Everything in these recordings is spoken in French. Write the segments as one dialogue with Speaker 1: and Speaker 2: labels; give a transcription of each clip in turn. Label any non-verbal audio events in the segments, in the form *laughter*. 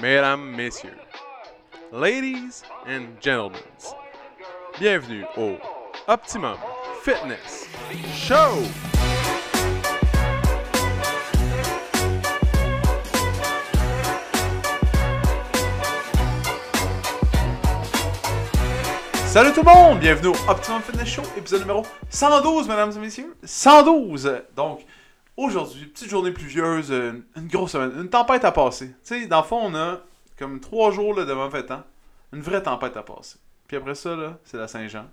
Speaker 1: mesdames, messieurs, ladies and gentlemen, bienvenue au Optimum Fitness Show! Salut tout le monde, bienvenue au Optimum Fitness Show, épisode numéro 112, mesdames et messieurs. 112! Donc, aujourd'hui, petite journée pluvieuse, euh, une grosse semaine, une tempête à passer. Tu sais, dans le fond, on a comme trois jours là, de mauvais temps, une vraie tempête à passer. Puis après ça, là, c'est la Saint-Jean.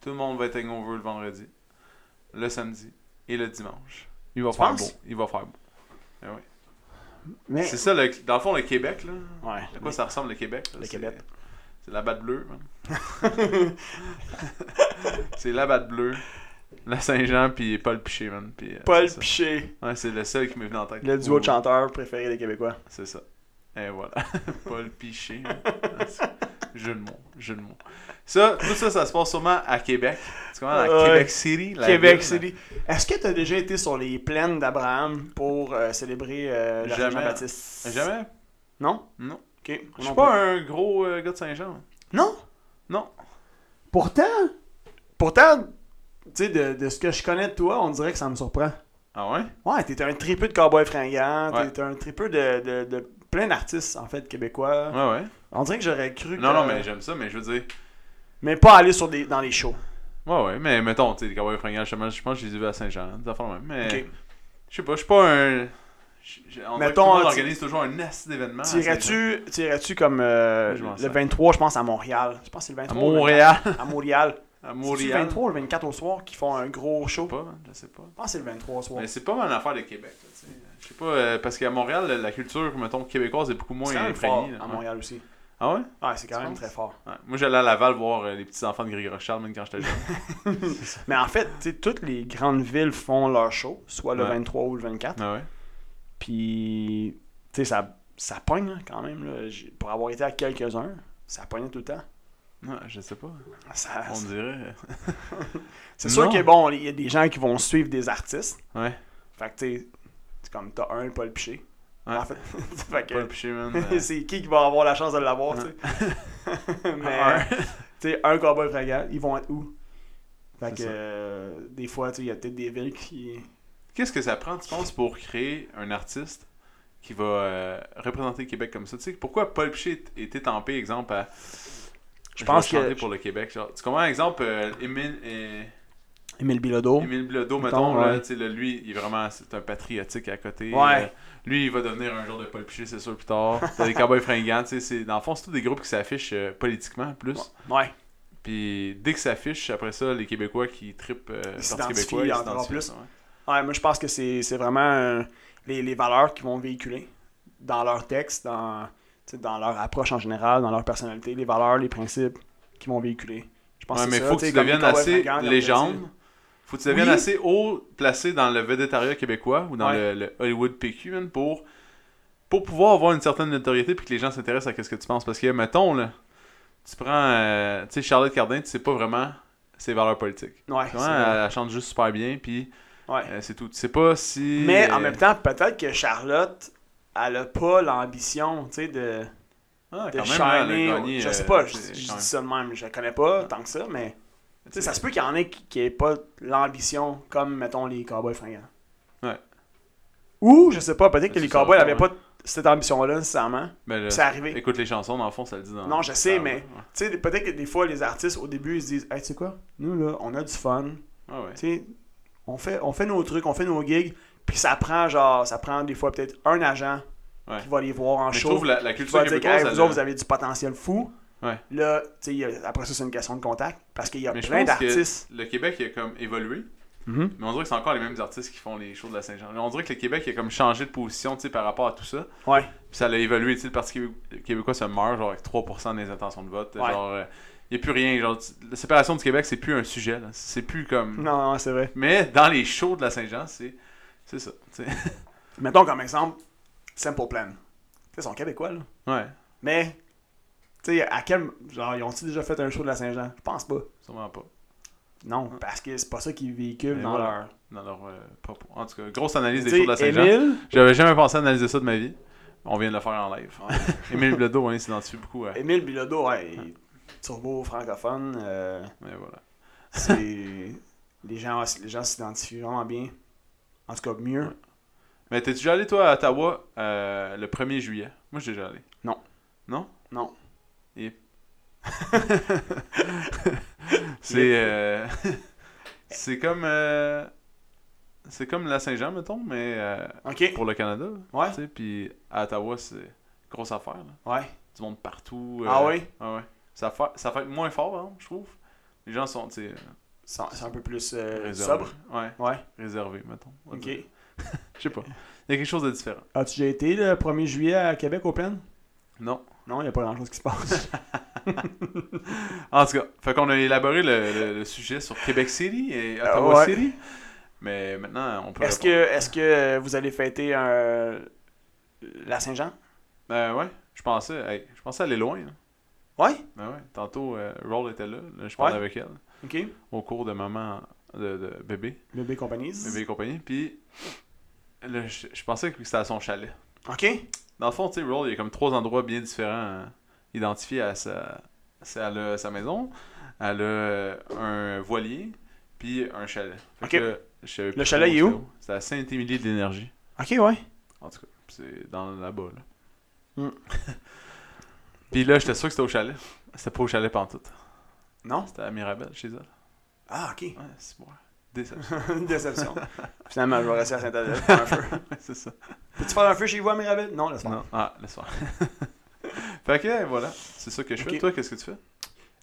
Speaker 1: Tout le monde va être hangover le vendredi, le samedi et le dimanche. Il va
Speaker 2: Tu
Speaker 1: faire
Speaker 2: penses?
Speaker 1: beau. Il va faire beau. Eh oui.
Speaker 2: Mais
Speaker 1: C'est ça, le- dans le fond, le Québec, là.
Speaker 2: ouais,
Speaker 1: À quoi ça ressemble le Québec là?
Speaker 2: Le
Speaker 1: C'est-
Speaker 2: Québec.
Speaker 1: C'est la batte bleue. man.
Speaker 2: *laughs*
Speaker 1: c'est la batte bleue, la Saint-Jean, puis Paul Piché, man. Puis, euh,
Speaker 2: Paul
Speaker 1: c'est ça.
Speaker 2: Piché,
Speaker 1: Ouais, c'est le seul qui m'est venu en tête.
Speaker 2: le duo de
Speaker 1: Oui,
Speaker 2: chanteurs préféré des Québécois.
Speaker 1: C'est ça. Et voilà. *laughs* Paul Piché. man. jeu de mots, jeu de mots. Ça, tout ça, ça se passe sûrement à Québec. Tu comprends? À
Speaker 2: Ouais.
Speaker 1: Québec City. la
Speaker 2: Québec
Speaker 1: ville,
Speaker 2: City. Est-ce que tu as déjà été sur les plaines d'Abraham pour euh, célébrer euh, la
Speaker 1: Jamais.
Speaker 2: Saint-Jean-Baptiste
Speaker 1: Jamais.
Speaker 2: Non
Speaker 1: Non.
Speaker 2: Ok.
Speaker 1: Je suis pas un gros euh, gars de Saint-Jean.
Speaker 2: Non
Speaker 1: Non.
Speaker 2: Pourtant, pourtant, tu sais, de, de ce que je connais de toi, on dirait que ça me surprend.
Speaker 1: Ah ouais?
Speaker 2: Ouais, t'es un tripeux de cowboy fringant,
Speaker 1: Ouais.
Speaker 2: t'es un tripeux de, de, de plein d'artistes, en fait, québécois.
Speaker 1: Ouais, ouais.
Speaker 2: On dirait que j'aurais cru que.
Speaker 1: Non, non, mais j'aime ça, mais je veux dire.
Speaker 2: Mais pas aller sur des, dans les shows.
Speaker 1: Ouais, ouais, mais mettons, tu sais, les cowboys fringants, justement, je pense que je les ai vus à Saint-Jean, des affaires de même. Mais,
Speaker 2: Ok.
Speaker 1: je sais pas, je suis pas un. je- je- On dirait que tout
Speaker 2: Mettons,
Speaker 1: le monde
Speaker 2: tu-
Speaker 1: organise toujours un nest d'événements. à Saint-Jean.
Speaker 2: T'irais-tu t'irais-tu comme euh,
Speaker 1: Moi, je m'en
Speaker 2: le
Speaker 1: sers.
Speaker 2: 23, je pense, à Montréal. Je pense que c'est le
Speaker 1: À
Speaker 2: 23. ou le
Speaker 1: Montréal.
Speaker 2: 24.
Speaker 1: *laughs*
Speaker 2: À Montréal.
Speaker 1: À
Speaker 2: C'est le
Speaker 1: Montréal.
Speaker 2: 23 ou le 24 au soir qui font un gros show.
Speaker 1: Je sais pas, man, je sais pas.
Speaker 2: Je pense que c'est le 23 au soir.
Speaker 1: Mais c'est pas mal l'affaire de Québec, là, tu sais. Je sais pas, euh, parce qu'à Montréal, la- la culture, mettons, québécoise est beaucoup moins
Speaker 2: C'est quand même fort
Speaker 1: imprégnée. là,
Speaker 2: à
Speaker 1: ouais.
Speaker 2: Montréal aussi.
Speaker 1: Ah ouais?
Speaker 2: Ouais, c'est quand
Speaker 1: Tu
Speaker 2: même
Speaker 1: penses?
Speaker 2: très fort.
Speaker 1: Ouais. Moi, j'allais à Laval voir euh, les petits enfants de Grégory Rochard, même quand j'étais jeune.
Speaker 2: Mais en fait, tu sais, toutes les grandes villes font leur show, soit le
Speaker 1: Ouais.
Speaker 2: 23 ou le 24.
Speaker 1: ah ouais?
Speaker 2: Puis, tu sais, ça, ça pogne là, quand même. là. J'ai- Pour avoir été à quelques-uns, ça pognait tout le temps.
Speaker 1: Non, je sais pas.
Speaker 2: Ça-
Speaker 1: On
Speaker 2: *laughs*
Speaker 1: dirait.
Speaker 2: C'est sûr
Speaker 1: Non.
Speaker 2: que bon, il y a des gens qui vont suivre des artistes.
Speaker 1: Ouais.
Speaker 2: Fait que tu sais, c'est comme t'as un Paul Piché.
Speaker 1: Ouais.
Speaker 2: En fait, *laughs* fait que-
Speaker 1: Paul Piché, man. euh,
Speaker 2: *laughs* c'est qui qui va avoir la chance de l'avoir, tu sais.
Speaker 1: euh, un.
Speaker 2: *laughs* Mais tu sais, un cowboy fringant, ils vont être où Fait
Speaker 1: C'est
Speaker 2: que
Speaker 1: ça.
Speaker 2: euh, des fois, tu sais, il y a peut-être des villes qui
Speaker 1: Qu'est-ce que ça prend, tu penses, pour créer un artiste qui va euh, représenter le Québec comme ça? Tu sais, pourquoi Paul Piché est étampé, exemple, à
Speaker 2: je pense
Speaker 1: vais chanter
Speaker 2: que
Speaker 1: pour le Québec? Genre, tu comprends, exemple, euh, Émile, euh,
Speaker 2: Émile Bilodeau,
Speaker 1: Émile Bilodeau, mettons,
Speaker 2: Oh. Mettons,
Speaker 1: là,
Speaker 2: ouais.
Speaker 1: tu sais, là, lui, il est vraiment c'est un patriotique à côté.
Speaker 2: Ouais.
Speaker 1: Euh, lui, il va devenir un jour de Paul Piché, c'est sûr, plus tard. T'as des cowboys *laughs* fringants, tu sais, c'est- dans le fond, c'est tous des groupes qui s'affichent euh, politiquement, plus.
Speaker 2: ouais,
Speaker 1: Puis dès que ça affiche, après ça, les Québécois qui trippent euh,
Speaker 2: Ils
Speaker 1: Parti
Speaker 2: s'identifient
Speaker 1: québécois, ils
Speaker 2: encore
Speaker 1: s'identifient,
Speaker 2: plus.
Speaker 1: ouais.
Speaker 2: ouais, moi je pense que c'est c'est vraiment euh, les, les valeurs qu'ils vont véhiculer dans leur texte, dans tu sais, dans leur approche en général, dans leur personnalité, les valeurs, les principes qu'ils vont véhiculer. Je pense
Speaker 1: Ouais,
Speaker 2: que
Speaker 1: mais
Speaker 2: c'est ça,
Speaker 1: faut que
Speaker 2: sais,
Speaker 1: tu
Speaker 2: comme les
Speaker 1: deviennes
Speaker 2: Cowboys
Speaker 1: assez
Speaker 2: Fringants, comme t'as dit.
Speaker 1: légende. Faut que tu deviennes
Speaker 2: Oui.
Speaker 1: assez haut placé dans le végétariat québécois ou dans
Speaker 2: Ouais.
Speaker 1: le, le Hollywood PQ man, pour, pour pouvoir avoir une certaine notoriété puis que les gens s'intéressent à ce que tu penses. Parce que, mettons, là, tu prends euh, tu sais, Charlotte Cardin, tu sais pas vraiment ses valeurs politiques.
Speaker 2: Ouais,
Speaker 1: Tu
Speaker 2: c'est
Speaker 1: comprends?
Speaker 2: vrai.
Speaker 1: elle, elle chante juste super bien, puis
Speaker 2: Ouais.
Speaker 1: euh, c'est tout. Tu sais pas si.
Speaker 2: Mais
Speaker 1: euh,
Speaker 2: en même temps, peut-être que Charlotte, elle a pas l'ambition, tu sais, de,
Speaker 1: ah,
Speaker 2: de
Speaker 1: quand même, hein, elle a
Speaker 2: shiner.
Speaker 1: gagné,
Speaker 2: je sais
Speaker 1: euh,
Speaker 2: pas, je,
Speaker 1: c'est
Speaker 2: je
Speaker 1: quand
Speaker 2: dis ça de même, je la connais pas tant que ça, mais
Speaker 1: même-
Speaker 2: tu sais, ça se peut qu'il y en ait qui n'aient pas l'ambition comme, mettons, les Cowboys fringants.
Speaker 1: Ouais.
Speaker 2: Ou, je sais pas, peut-être que
Speaker 1: C'est
Speaker 2: les
Speaker 1: ça,
Speaker 2: Cowboys n'avaient
Speaker 1: ouais.
Speaker 2: pas cette ambition-là nécessairement.
Speaker 1: Ben, là,
Speaker 2: C'est arrivé.
Speaker 1: Écoute les chansons, dans le fond, ça le dit dans
Speaker 2: Non, je sais,
Speaker 1: ça,
Speaker 2: mais-
Speaker 1: ouais.
Speaker 2: Tu sais, peut-être que des fois, les artistes, au début, ils se disent Hey, tu sais quoi, nous, là, on a du fun,
Speaker 1: Ah ouais.
Speaker 2: tu sais, on fait, on fait nos trucs, on fait nos gigs, puis ça prend genre, ça prend des fois peut-être un agent
Speaker 1: Ouais.
Speaker 2: qui va les voir en
Speaker 1: Mais je
Speaker 2: show.
Speaker 1: trouve la, la
Speaker 2: Tu
Speaker 1: culture
Speaker 2: vas dire,
Speaker 1: québécoise.
Speaker 2: Hey, vous
Speaker 1: elle a-
Speaker 2: autres, vous avez du potentiel fou.
Speaker 1: Ouais.
Speaker 2: Là, tu sais, il y a- après ça, c'est une question de contact. Parce qu'il y a
Speaker 1: Mais je
Speaker 2: plein
Speaker 1: pense que-
Speaker 2: d'artistes.
Speaker 1: Le Québec il a comme évolué, mais on dirait que c'est encore les mêmes artistes qui font les shows de la Saint-Jean. On dirait que le Québec il a comme changé de position tu sais, par rapport à tout ça.
Speaker 2: Ouais.
Speaker 1: Puis ça l'a évolué, tu sais, le Parti québé- québécois se meurt genre avec 3% des intentions de vote.
Speaker 2: Ouais.
Speaker 1: Genre, il n'y a plus rien. Genre, tu- la séparation du Québec, c'est plus un sujet. là. C'est plus comme.
Speaker 2: Non, non, c'est vrai.
Speaker 1: Mais dans les shows de la Saint-Jean, c'est. C'est ça. tu sais. *laughs*
Speaker 2: Mettons comme exemple, Simple Plan. Tu sais, Ils sont québécois, là.
Speaker 1: Ouais,
Speaker 2: Mais, tu sais, à quel. Genre, ils ont-ils déjà fait un show de la Saint-Jean Je pense pas.
Speaker 1: sûrement pas.
Speaker 2: Non, parce que c'est pas ça qu'ils véhiculent
Speaker 1: Mais
Speaker 2: dans
Speaker 1: voilà.
Speaker 2: leur.
Speaker 1: Dans leur euh, propos. En tout cas, grosse analyse
Speaker 2: Tu
Speaker 1: des shows de la
Speaker 2: sais,
Speaker 1: Saint-Jean.
Speaker 2: Émile,
Speaker 1: J'avais jamais pensé à analyser ça de ma vie. On vient de le faire en live. *laughs* Émile Bledo, hein, il s'identifie beaucoup à.
Speaker 2: Émile Bilodeau, ouais, il- turbo francophone. euh,
Speaker 1: Mais voilà.
Speaker 2: *laughs* c'est les gens les gens s'identifient vraiment bien. En tout cas, mieux.
Speaker 1: Mais t'es déjà allé, toi, à Ottawa euh, le 1er juillet Moi, j'ai déjà allé.
Speaker 2: Non.
Speaker 1: Non
Speaker 2: Non. *laughs*
Speaker 1: Yep. c'est. euh, *laughs* c'est comme. euh, C'est comme la Saint-Jean, mettons, mais euh,
Speaker 2: Ok.
Speaker 1: pour le Canada.
Speaker 2: Ouais.
Speaker 1: Tu sais, puis à Ottawa, c'est grosse affaire. Là.
Speaker 2: Ouais.
Speaker 1: Du monde partout.
Speaker 2: Ah
Speaker 1: oui?
Speaker 2: oui?
Speaker 1: Ouais, ouais. Ça fait, ça fait moins fort, hein, je trouve. Les gens sont, tu sais,
Speaker 2: C'est c'est un peu plus euh,
Speaker 1: réservés.
Speaker 2: sobre.
Speaker 1: Ouais,
Speaker 2: Ouais.
Speaker 1: réservés, mettons. on va
Speaker 2: Ok.
Speaker 1: dire. Je sais pas. Il y a quelque chose de différent.
Speaker 2: As-tu déjà été le 1er juillet à Québec Open?
Speaker 1: Non.
Speaker 2: Non, il n'y a pas grand chose qui se passe. *laughs*
Speaker 1: En tout cas, fait qu'on a élaboré le, le- le sujet sur Québec City et Ottawa
Speaker 2: ouais.
Speaker 1: City. Mais maintenant, on peut.
Speaker 2: Est-ce que, est que vous allez fêter un- la Saint-Jean?
Speaker 1: Ben ouais, je pensais, hey, je pensais aller loin. hein.
Speaker 2: Ouais.
Speaker 1: Ben ouais, tantôt, euh, Roll était là, là, je parlais
Speaker 2: Ouais.
Speaker 1: avec elle
Speaker 2: Ok.
Speaker 1: au cours de maman, de, de bébé,
Speaker 2: Bébé Compagnies.
Speaker 1: bébé et compagnie. Puis là, je, je pensais que c'était à son chalet.
Speaker 2: Ok.
Speaker 1: Dans le fond, tu sais, Roll, il y a comme trois endroits bien différents euh, identifiés à sa, c'est- elle a sa maison. Elle a euh, un voilier, puis un chalet. Fait
Speaker 2: Ok.
Speaker 1: que là, je savais plus
Speaker 2: chalet,
Speaker 1: trop
Speaker 2: il est où?
Speaker 1: c'était C'est à Saint-Émilie de l'Énergie.
Speaker 2: Ok, ouais.
Speaker 1: En tout cas, c'est dans là-bas, là.
Speaker 2: Hmm.
Speaker 1: *laughs* puis là, j'étais sûr que c'était au chalet. C'était pas au chalet pantoute.
Speaker 2: Non?
Speaker 1: C'était à Mirabel, chez elle.
Speaker 2: Ah, *laughs* ok.
Speaker 1: Ouais, c'est bon.
Speaker 2: *laughs*
Speaker 1: Déception.
Speaker 2: Une déception. Finalement, je vais rester à Saint-Adèle *laughs* faire un feu.
Speaker 1: c'est ça.
Speaker 2: Peux-tu faire un feu chez vous à Mirabel? Non, laisse
Speaker 1: Non. Ah, laisse faire. *laughs* fait que, voilà. C'est ça que je fais.
Speaker 2: Ok.
Speaker 1: Toi, qu'est-ce que tu fais?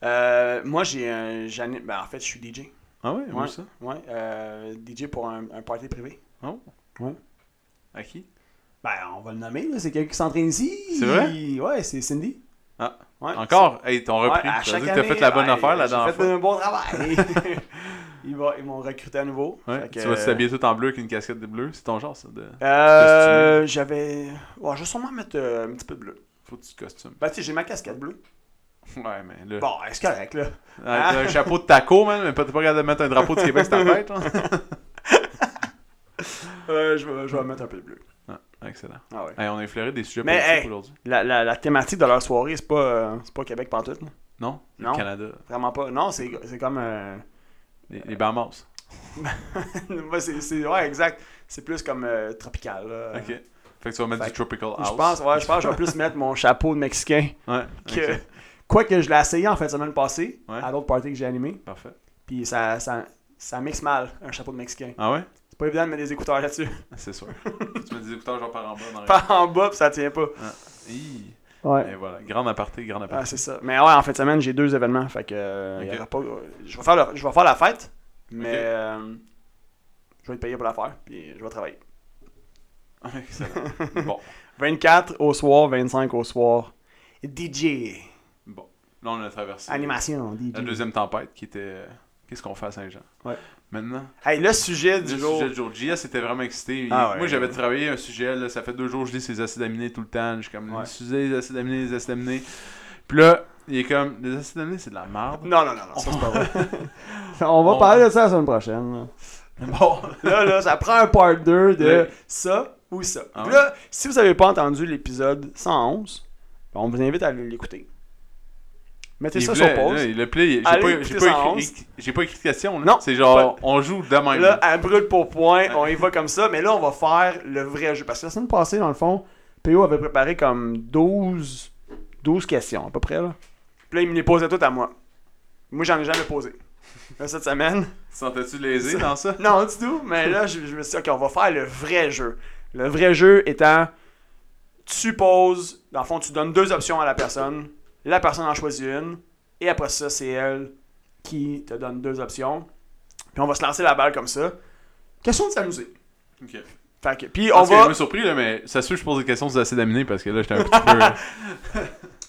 Speaker 2: Euh, moi, j'ai un. j'anime- Ben, en fait, je suis DJ.
Speaker 1: Ah ouais, moi
Speaker 2: Ouais.
Speaker 1: ça.
Speaker 2: Ouais. euh, DJ pour un, un party privé.
Speaker 1: Oh.
Speaker 2: Ouais.
Speaker 1: À qui?
Speaker 2: Ben, on va le nommer, là. C'est quelqu'un qui s'entraîne ici.
Speaker 1: C'est vrai?
Speaker 2: Ouais, c'est Cindy.
Speaker 1: Ah.
Speaker 2: Ouais. *laughs*
Speaker 1: Encore? Hey, t'ont
Speaker 2: Ouais,
Speaker 1: repris.
Speaker 2: à
Speaker 1: T'as
Speaker 2: chaque
Speaker 1: dit que t'as
Speaker 2: année,
Speaker 1: fait la bonne
Speaker 2: ouais,
Speaker 1: affaire la
Speaker 2: j'ai
Speaker 1: dernière
Speaker 2: fait
Speaker 1: fois.
Speaker 2: un bon travail.
Speaker 1: *laughs*
Speaker 2: *laughs* ils vont- ils m'ont recruté à nouveau.
Speaker 1: Ouais.
Speaker 2: Fait
Speaker 1: Tu
Speaker 2: que,
Speaker 1: vas t'habiller tout en bleu avec une casquette de bleu? C'est ton genre, ça. De...
Speaker 2: Euh, j'avais. Ouais, je vais sûrement mettre euh, un petit peu de bleu.
Speaker 1: Faut que tu te costumes.
Speaker 2: Ben, tu sais, j'ai ma casquette bleue.
Speaker 1: Ouais, mais là. *laughs*
Speaker 2: Bon, c'est correct, là.
Speaker 1: Ah, t'as un chapeau de taco, man, mais pas t'es pas capable de mettre un drapeau du Québec
Speaker 2: *laughs*
Speaker 1: sur ta tête, là.
Speaker 2: Euh, je, vais, je vais mettre un peu de bleu.
Speaker 1: Ah, excellent.
Speaker 2: Ah ouais.
Speaker 1: Hey, on a effleuré des sujets
Speaker 2: Mais,
Speaker 1: politiques
Speaker 2: hey.
Speaker 1: aujourd'hui.
Speaker 2: La, la, la thématique de leur soirée, c'est pas, euh, c'est pas Québec pantoute. là.
Speaker 1: Non? C'est
Speaker 2: Non.
Speaker 1: Le Canada.
Speaker 2: Vraiment pas. Non, c'est c'est comme. euh, *laughs*
Speaker 1: Les, les Bahamas.
Speaker 2: moi, c'est- c'est- ouais, exact. C'est plus comme euh, tropical. là.
Speaker 1: Ok. Fait que tu vas mettre
Speaker 2: Fait-
Speaker 1: du Tropical House.
Speaker 2: Je pense, ouais, je pense que je vais plus mettre mon chapeau de
Speaker 1: *laughs*
Speaker 2: Mexicain.
Speaker 1: Ouais.
Speaker 2: Que...
Speaker 1: ok.
Speaker 2: Quoique je l'ai essayé en fin de semaine passée,
Speaker 1: Ouais.
Speaker 2: à d'autres parties que j'ai animées,
Speaker 1: Parfait.
Speaker 2: puis ça, ça, ça mixe mal un chapeau de Mexicain.
Speaker 1: Ah ouais?
Speaker 2: C'est pas évident de mettre des écouteurs là-dessus.
Speaker 1: C'est sûr. tu mets des écouteurs genre par en bas dans les...
Speaker 2: *laughs* Par en bas, puis ça tient pas.
Speaker 1: Hi.
Speaker 2: Ouais.
Speaker 1: Et voilà. Grande aparté, grande
Speaker 2: Ah,
Speaker 1: aparté.
Speaker 2: c'est ça. Mais ouais, en fin de semaine, j'ai deux événements. Fait que. euh,
Speaker 1: Ok.
Speaker 2: y aura pas- je, vais faire le- je vais faire la fête, mais
Speaker 1: Ok.
Speaker 2: euh, je vais être payé pour la faire, puis je vais travailler. Ah,
Speaker 1: *laughs* Excellent. Bon.
Speaker 2: 24 au soir, 25 au soir. DJ.
Speaker 1: Bon. Là, on a traversé
Speaker 2: Animation, DJ.
Speaker 1: la deuxième tempête qui était. euh, Qu'est-ce qu'on fait à Saint-Jean?
Speaker 2: Ouais.
Speaker 1: Maintenant,
Speaker 2: Hey, le sujet
Speaker 1: le
Speaker 2: du jour.
Speaker 1: sujet du jour. JS était vraiment excité. Il-
Speaker 2: Ah ouais.
Speaker 1: Moi, j'avais travaillé un sujet, là, ça fait deux jours, je lis ces acides aminés tout le temps. Je suis comme,
Speaker 2: Ouais.
Speaker 1: les sujets, les acides aminés, les acides aminés. Puis là, il est comme, les acides aminés, c'est de la
Speaker 2: *laughs*
Speaker 1: merde.
Speaker 2: Non, non, non, non, ça c'est
Speaker 1: *laughs*
Speaker 2: pas vrai.
Speaker 3: On va
Speaker 1: On-
Speaker 3: parler de ça la semaine prochaine. là.
Speaker 1: Bon.
Speaker 2: Là, là, ça prend un part 2 de
Speaker 1: Ouais.
Speaker 2: ça ou ça.
Speaker 1: Ah
Speaker 2: Puis
Speaker 1: ouais?
Speaker 2: Là, si vous n'avez pas entendu l'épisode 111, ben, on vous invite à aller l'écouter. Mettez
Speaker 1: Il
Speaker 2: ça
Speaker 1: voulait-
Speaker 2: sur pause.
Speaker 1: là, il l'a plié. J'ai
Speaker 2: Allez
Speaker 1: pas,
Speaker 2: écouter
Speaker 1: j'ai pas
Speaker 2: sans
Speaker 1: écrit, j'ai pas écrit de question. là.
Speaker 2: Non,
Speaker 1: C'est genre,
Speaker 2: pas-
Speaker 1: on joue de même.
Speaker 2: Là, à brûle pour point, on y va comme ça, mais là, on va faire le vrai jeu. Parce que la semaine passée, dans le fond, PO avait préparé comme 12, 12 questions, à peu près. Là. Puis là, il me les posait toutes à moi. Moi, j'en ai jamais posé. Là, cette semaine.
Speaker 1: Te Sentais-tu lésé dans
Speaker 2: *laughs*
Speaker 1: ça?
Speaker 2: Non, du tout, mais là, je, je me suis dit, OK, on va faire le vrai jeu. Le vrai jeu étant, tu poses, dans le fond, tu donnes deux options à la personne, la personne en choisit une, et après ça, c'est elle qui te donne deux options. Puis on va se lancer la balle comme ça. Question de s'amuser.
Speaker 1: Ok.
Speaker 2: Fait que, puis on
Speaker 1: Parce que je
Speaker 2: va
Speaker 1: me suis surpris, là, mais ça se peut que je pose des questions sur acides aminés parce que là, j'étais un petit peu.
Speaker 2: *laughs*
Speaker 1: euh,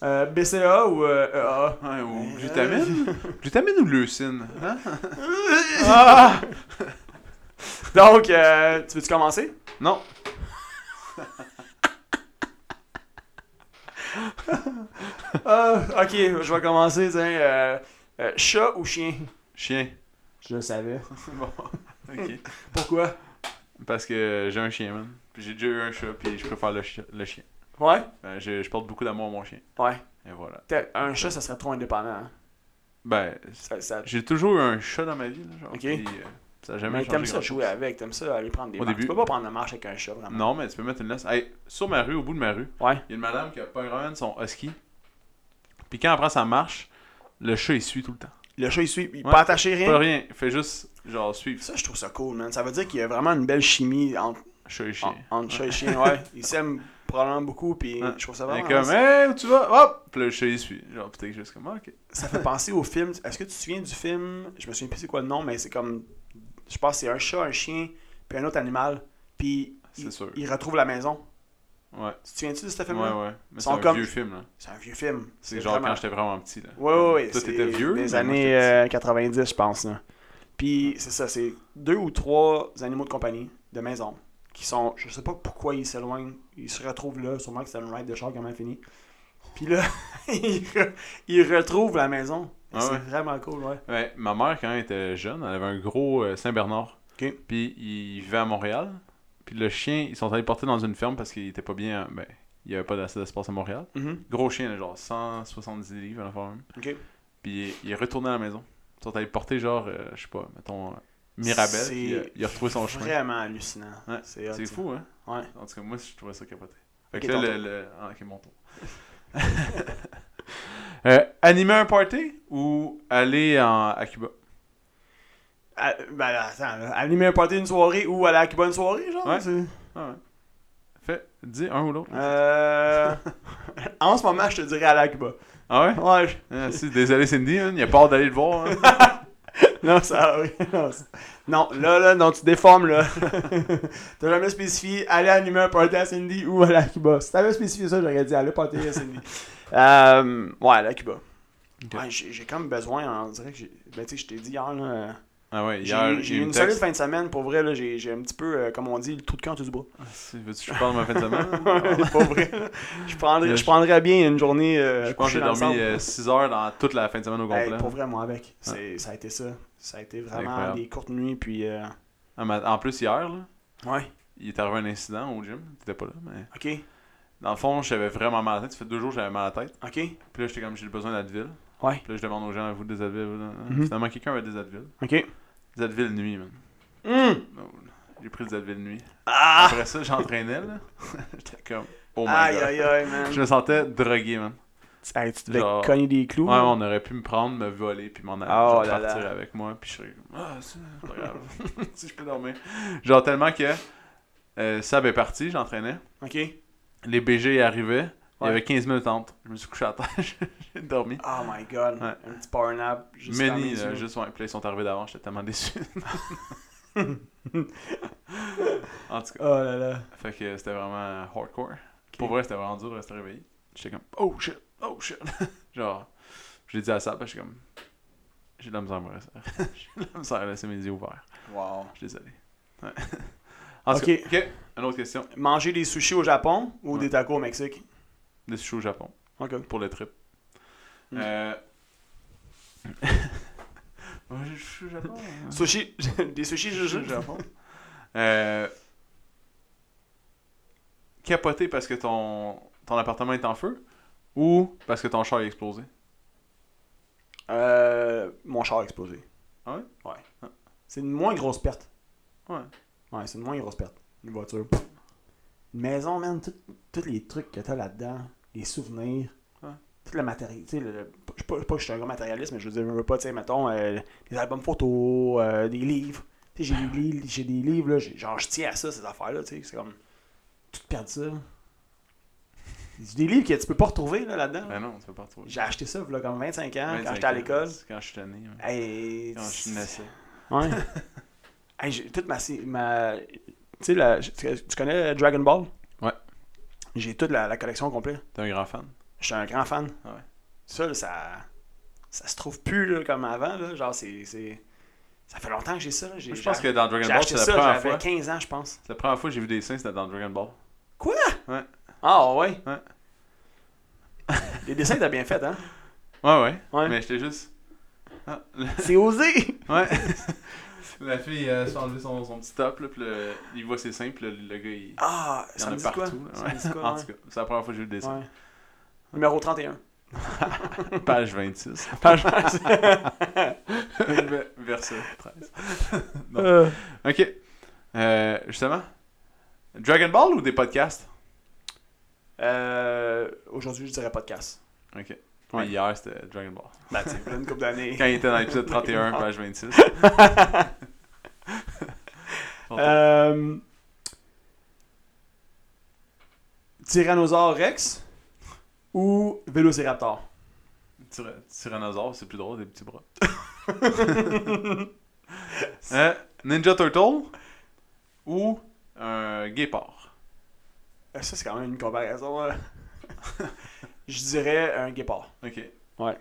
Speaker 2: euh, BCA ou euh, EA.
Speaker 1: ouais, ou glutamine? glutamine ou leucine? Hein?
Speaker 2: Ah! Donc, euh, tu veux-tu commencer?
Speaker 1: Non.
Speaker 2: Ah, ok, je vais commencer. tiens, euh, euh, chat ou chien?
Speaker 1: Chien.
Speaker 3: Je le savais.
Speaker 1: bon. *laughs* Ok.
Speaker 2: Pourquoi?
Speaker 1: Parce que j'ai un chien, man. Puis j'ai déjà eu un chat, puis je préfère le, chi- le chien.
Speaker 2: Ouais?
Speaker 1: Ben, je, je porte beaucoup d'amour à mon chien.
Speaker 2: Ouais.
Speaker 1: Et voilà.
Speaker 2: T'as- Un chat, ça serait trop indépendant. hein.
Speaker 1: Ben,
Speaker 2: Ça, ça...
Speaker 1: j'ai toujours eu un chat dans ma vie. là, genre,
Speaker 2: Ok.
Speaker 1: puis, euh, ça a jamais
Speaker 2: Mais
Speaker 1: changé
Speaker 2: t'aimes ça
Speaker 1: grand-chose.
Speaker 2: jouer avec, t'aimes ça aller prendre des
Speaker 1: Au
Speaker 2: marches.
Speaker 1: début.
Speaker 2: Tu peux pas prendre la marche avec un chat, vraiment.
Speaker 1: Non, mais tu peux mettre une laisse. Hey, sur ma rue, au bout de ma rue,
Speaker 2: Ouais.
Speaker 1: il y a une madame qui a pas grand son husky. Puis quand elle prend sa marche, le chat il suit tout le temps.
Speaker 2: Le chat, il suit, il
Speaker 1: Ouais.
Speaker 2: peut attacher rien.
Speaker 1: Pas rien, il fait juste genre suivre.
Speaker 2: Ça, je trouve ça cool, man. Ça veut dire qu'il y a vraiment une belle chimie entre,
Speaker 1: Chat et chien.
Speaker 2: en- entre chat
Speaker 1: *laughs*
Speaker 2: et chien, ouais. Ils s'aiment probablement beaucoup, puis
Speaker 1: Ouais.
Speaker 2: je trouve ça hein,
Speaker 1: Elle est
Speaker 2: vraiment...
Speaker 1: comme, hein? hey,
Speaker 2: nice.
Speaker 1: où tu vas? Hop! Puis le chat il suit. Genre, peut-être juste comme, Ah, ok.
Speaker 2: Ça fait penser au film... Est-ce que tu te souviens du film... Je me souviens plus c'est quoi le nom, mais c'est comme... Je pense que c'est un chat, un chien, puis un autre animal, puis
Speaker 1: C'est
Speaker 2: ils
Speaker 1: sûr.
Speaker 2: ils retrouvent la maison.
Speaker 1: Ouais.
Speaker 2: Tu te souviens-tu de ce
Speaker 1: Ouais,
Speaker 2: film-là?
Speaker 1: ouais. Mais c'est
Speaker 2: Sont
Speaker 1: un
Speaker 2: comme-
Speaker 1: vieux film, là.
Speaker 2: C'est un vieux film.
Speaker 1: C'est genre
Speaker 2: vraiment-
Speaker 1: quand j'étais vraiment petit, là.
Speaker 2: Ouais, ouais, ouais.
Speaker 1: Toi,
Speaker 2: c'est
Speaker 1: t'étais vieux. mais
Speaker 2: Des
Speaker 1: moi,
Speaker 2: années
Speaker 1: j'étais
Speaker 2: euh, 90, je pense. Là. Puis, c'est ça, c'est deux ou trois animaux de compagnie, de maison, qui sont, je sais pas pourquoi ils s'éloignent, ils se retrouvent là, sûrement que c'est un ride de char comment fini. Puis là, *laughs* ils, re- ils retrouvent la maison.
Speaker 1: Ah
Speaker 2: c'est
Speaker 1: ouais.
Speaker 2: vraiment cool, ouais.
Speaker 1: petit. Ouais, ma mère, quand elle était jeune, elle avait un gros euh, Saint-Bernard.
Speaker 2: Ok.
Speaker 1: Puis il vivait à Montréal. Puis le chien, ils sont allés le porter dans une ferme parce qu'il était pas bien. euh, Ben, il y avait pas assez d'espace à Montréal.
Speaker 2: Mhm.
Speaker 1: Gros chien, là, genre 170 livres à la forme.
Speaker 2: Ok.
Speaker 1: Puis il est retourné à la maison. Ils sont allés le porter, genre, euh, je sais pas, mettons, euh, Mirabel.
Speaker 2: C'est
Speaker 1: puis, euh, il a retrouvé son chemin.
Speaker 2: Vraiment hallucinant.
Speaker 1: Ouais,
Speaker 2: C'est hot,
Speaker 1: C'est
Speaker 2: ça.
Speaker 1: fou, hein?
Speaker 2: Ouais.
Speaker 1: En tout cas, moi, je trouvais ça capoté. Fait
Speaker 2: Ok,
Speaker 1: que là,
Speaker 2: ton
Speaker 1: le,
Speaker 2: tour.
Speaker 1: le- ah, ok, mon tour. *laughs* Euh, animer un party ou aller en, à Cuba?
Speaker 2: Ah, ben là, attends, là, allumer un party une soirée ou aller à Cuba une soirée, genre?
Speaker 1: Ouais.
Speaker 2: c'est-
Speaker 1: Ah ouais. Fait, dis un ou l'autre. *laughs*
Speaker 2: Euh, en ce moment, je te dirais aller à Cuba.
Speaker 1: Ah ouais?
Speaker 2: Ouais, je-
Speaker 1: Ah, si, désolé Cindy, hein, il a peur d'aller le voir. hein.
Speaker 2: Non, ça ah oui. *laughs* non, c'est- Non, là, là, non, tu déformes, *laughs* là. T'as jamais spécifié aller animer un party à Cindy ou aller à Cuba. Si t'avais spécifié ça, j'aurais dit aller party à Cindy. *laughs* Euh, ouais, aller à Cuba.
Speaker 1: Ok.
Speaker 2: Ouais, j'ai j'ai comme besoin, on dirait que j'ai. Ben, tu sais, je t'ai dit hier, là.
Speaker 1: Ah ouais,
Speaker 2: J'ai
Speaker 1: hier,
Speaker 2: eu- j'ai eu
Speaker 1: eu
Speaker 2: une
Speaker 1: me
Speaker 2: solide
Speaker 1: texte.
Speaker 2: fin de semaine, pour vrai, là. J'ai j'ai un petit peu, euh, comme on dit, le tout de camp, tout *laughs* du bras.
Speaker 1: Ah, si, Veux-tu que je parle de ma fin de
Speaker 2: Ah, *laughs*
Speaker 1: semaine?
Speaker 2: pour vrai. Je prendrais,
Speaker 1: Là,
Speaker 2: je
Speaker 1: je-
Speaker 2: prendrais bien une journée. euh,
Speaker 1: Je pense que
Speaker 2: couchée
Speaker 1: j'ai
Speaker 2: dans le
Speaker 1: dormi
Speaker 2: sable.
Speaker 1: 6 heures dans toute la fin de semaine au
Speaker 2: Hey,
Speaker 1: complet.
Speaker 2: pour vrai, moi, avec. C'est- Ça a été ça. Ça a été vraiment
Speaker 1: Incroyable.
Speaker 2: des courtes nuits, puis. euh,
Speaker 1: Ah, mais en plus, hier, là,
Speaker 2: Ouais,
Speaker 1: il est arrivé un incident au gym. T'étais pas là, mais.
Speaker 2: ok,
Speaker 1: Dans le fond, j'avais vraiment mal à la tête. Ça fait deux jours que j'avais mal à la tête.
Speaker 2: ok.
Speaker 1: Puis là, j'étais comme, j'ai besoin d'Advil.
Speaker 2: Ouais.
Speaker 1: Puis là, je demande aux gens, avez-vous des Advil? Vous, hein?
Speaker 2: Mhm.
Speaker 1: Finalement, quelqu'un avait des Advil.
Speaker 2: Ok.
Speaker 1: Des Advil nuit, man. Non, J'ai pris des Advil nuit.
Speaker 2: Hmm. Ah!
Speaker 1: Après ça, j'entraînais, là. *laughs* J'étais comme, oh my
Speaker 2: Aïe,
Speaker 1: god.
Speaker 2: aïe, aïe, man.
Speaker 1: Je me sentais drogué, man.
Speaker 2: Hey, tu devais
Speaker 1: Genre-
Speaker 2: cogner des clous.
Speaker 1: Ouais, on aurait pu me prendre, me voler, puis m'en aller, genre,
Speaker 2: Oh là là.
Speaker 1: partir avec moi, puis je serais comme, ah, c'est pas grave, *laughs* si je peux dormir. Genre, tellement que euh, Sab est parti, j'entraînais,
Speaker 2: Ok.
Speaker 1: les BG arrivaient, il y
Speaker 2: Ouais.
Speaker 1: avait 15 minutes entre, je me suis couché à terre, *laughs* j'ai dormi.
Speaker 2: Oh my god.
Speaker 1: Ouais.
Speaker 2: Un petit power nap. Juste fermer
Speaker 1: Many,
Speaker 2: les
Speaker 1: là,
Speaker 2: yeux.
Speaker 1: juste, ouais, puis là, ils sont arrivés d'avant, j'étais tellement *laughs* déçu. en tout cas,
Speaker 2: Oh là là.
Speaker 1: fait que c'était vraiment hardcore. Pour vrai, c'était vraiment dur de rester réveillé. J'étais comme, oh shit, oh shit. Genre, j'ai dit à Sab, j'étais comme, j'ai de la misère à me rester- *laughs* j'ai de la misère à laisser mes yeux ouverts.
Speaker 2: Wow.
Speaker 1: Je suis désolé. Ouais. *laughs* En tout
Speaker 2: Ok.
Speaker 1: cas, ok, une autre question.
Speaker 2: Manger des sushis au Japon ou
Speaker 1: Ouais.
Speaker 2: des tacos au Mexique?
Speaker 1: Des sushis au Japon
Speaker 2: Ok.
Speaker 1: pour le trip.
Speaker 2: Mm.
Speaker 1: Euh... *laughs* Manger des sushis au Japon. hein.
Speaker 2: Sushi. *laughs* des
Speaker 1: Sushis
Speaker 2: sushis jujubes
Speaker 1: au
Speaker 2: *laughs*
Speaker 1: Japon. Euh... Capoter parce que ton... ton appartement est en feu ou parce que ton char est explosé.
Speaker 2: Euh, mon char explosé.
Speaker 1: Ah ouais?
Speaker 2: Ouais.
Speaker 1: Ah.
Speaker 2: C'est une moins grosse perte.
Speaker 1: Ouais.
Speaker 2: Ouais, c'est une moins grosse perte. Une voiture. pff. Une maison, man, tout- tous les trucs que t'as là-dedans, les souvenirs,
Speaker 1: Ouais.
Speaker 2: tout le matériel. Tu sais, le- le- je sais pas, pas que je suis un gros matérialiste, mais je veux dire, je veux pas, tu sais, mettons, euh, des albums photos, euh, des livres. Tu sais, j'ai des, li- j'ai des livres, là, j'ai- genre, je tiens à ça, ces affaires-là, tu sais, c'est comme. Tout perdre ça. C'est Des livres que tu peux pas retrouver là, là-dedans. là.
Speaker 1: Ben non, tu peux pas retrouver.
Speaker 2: J'ai acheté ça, voilà, comme 25 ans,
Speaker 1: 25
Speaker 2: quand j'étais à
Speaker 1: ans,
Speaker 2: l'école. Ah,
Speaker 1: c'est Quand je suis tanné. ouais.
Speaker 2: Hey,
Speaker 1: Quand je naissais.
Speaker 2: Ouais. *laughs* Hey, j'ai- toute ma. sé- ma tu sais, la- tu tu connais Dragon Ball
Speaker 1: Ouais.
Speaker 2: J'ai toute la, la collection complète.
Speaker 1: T'es un grand fan.
Speaker 2: Je suis un grand fan.
Speaker 1: Ah Ouais.
Speaker 2: Ça, là, ça. Ça se trouve plus là, comme avant. Là. Genre, c'est. c'est- Ça fait longtemps que j'ai ça. là. J'ai-
Speaker 1: Je pense que
Speaker 2: j'ai-
Speaker 1: dans Dragon
Speaker 2: J'ai
Speaker 1: Ball,
Speaker 2: acheté
Speaker 1: c'est la
Speaker 2: ça,
Speaker 1: première
Speaker 2: j'avais
Speaker 1: fois.
Speaker 2: 15 ans, je pense.
Speaker 1: C'est la première fois que j'ai vu des seins, c'était dans Dragon Ball.
Speaker 2: Quoi
Speaker 1: Ouais.
Speaker 2: Ah, ouais.
Speaker 1: Ouais.
Speaker 2: *laughs* Les dessins, t'as
Speaker 1: *laughs*
Speaker 2: bien fait, hein
Speaker 1: Ouais, ouais.
Speaker 2: Ouais.
Speaker 1: Mais j'étais juste. Ah, le-
Speaker 2: *laughs* C'est osé
Speaker 1: Ouais. La fille euh, s'est enlevée son, son petit top, là, puis le- il voit ses seins, puis le, le gars, il,
Speaker 2: Ah,
Speaker 1: il
Speaker 2: ça
Speaker 1: en
Speaker 2: me
Speaker 1: a
Speaker 2: dit
Speaker 1: partout.
Speaker 2: quoi?
Speaker 1: là,
Speaker 2: Ça
Speaker 1: ouais.
Speaker 2: me dit quoi,
Speaker 1: en
Speaker 2: ouais.
Speaker 1: tout cas, c'est la première fois que j'ai vu le dessin.
Speaker 2: Ouais.
Speaker 1: *laughs*
Speaker 2: Numéro 31.
Speaker 1: Page 26.
Speaker 2: Page
Speaker 1: Ver- *laughs* Verset 13. Non. Ok. Euh, justement, Dragon Ball ou des podcasts
Speaker 2: Euh, Aujourd'hui, je dirais podcast.
Speaker 1: Ok.
Speaker 2: Ouais.
Speaker 1: Mais Hier, c'était Dragon *laughs* Ball.
Speaker 2: Bah, tu sais, une couple d'années.
Speaker 1: Quand il était dans l'épisode 31, page 26.
Speaker 2: Euh, Tyrannosaure Rex ou Vélociraptor?
Speaker 1: Tyra- Tyrannosaure, c'est plus drôle, des petits bras. *laughs* Euh, Ninja Turtle ou un guépard
Speaker 2: Euh, Ça, c'est quand même une comparaison. là. *laughs* je dirais un guépard.
Speaker 1: Ok. Ouais,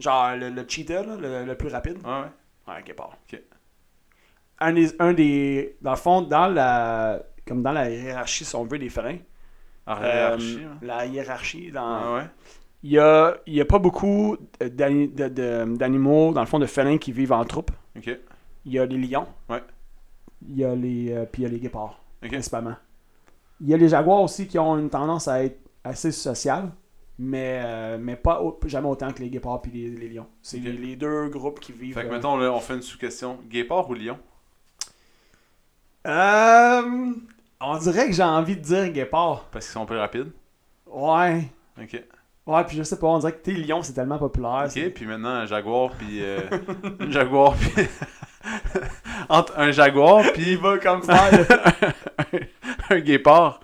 Speaker 2: Genre le, le cheetah, là, le, le plus rapide.
Speaker 1: ouais.
Speaker 2: Ouais, un guépard.
Speaker 1: Ok.
Speaker 2: Un des, un des. Dans le fond, dans la. Comme dans la hiérarchie, si on veut, des félins.
Speaker 1: Ah,
Speaker 2: euh,
Speaker 1: hiérarchie, hein.
Speaker 2: La hiérarchie, dans,
Speaker 1: Ah, ouais.
Speaker 2: Il n'y a, il y a pas beaucoup euh, d'ani- de- de- d'animaux, dans le fond, de félins qui vivent en troupe.
Speaker 1: Ok.
Speaker 2: Il y a les lions.
Speaker 1: Ouais.
Speaker 2: Il y a les, euh, puis il y a les guépards,
Speaker 1: Ok.
Speaker 2: principalement. Il y a les jaguars aussi qui ont une tendance à être assez sociales, mais, euh, mais pas au- jamais autant que les guépards puis les, les lions. C'est
Speaker 1: Ok.
Speaker 2: les, les deux groupes qui vivent.
Speaker 1: Fait que
Speaker 2: euh,
Speaker 1: mettons, là, on fait une sous-question. Guépard ou lion
Speaker 2: Euh, on dirait que j'ai envie de dire guépard.
Speaker 1: Parce qu'ils sont plus rapides.
Speaker 2: Ouais.
Speaker 1: Ok.
Speaker 2: Ouais, puis je sais pas, on dirait que t'es lion, Ah, c'est tellement populaire.
Speaker 1: Ok, puis maintenant un jaguar, puis euh, *laughs* un jaguar, puis *laughs* entre un jaguar, puis *laughs*
Speaker 2: Il va comme ça. là.
Speaker 1: un guépard.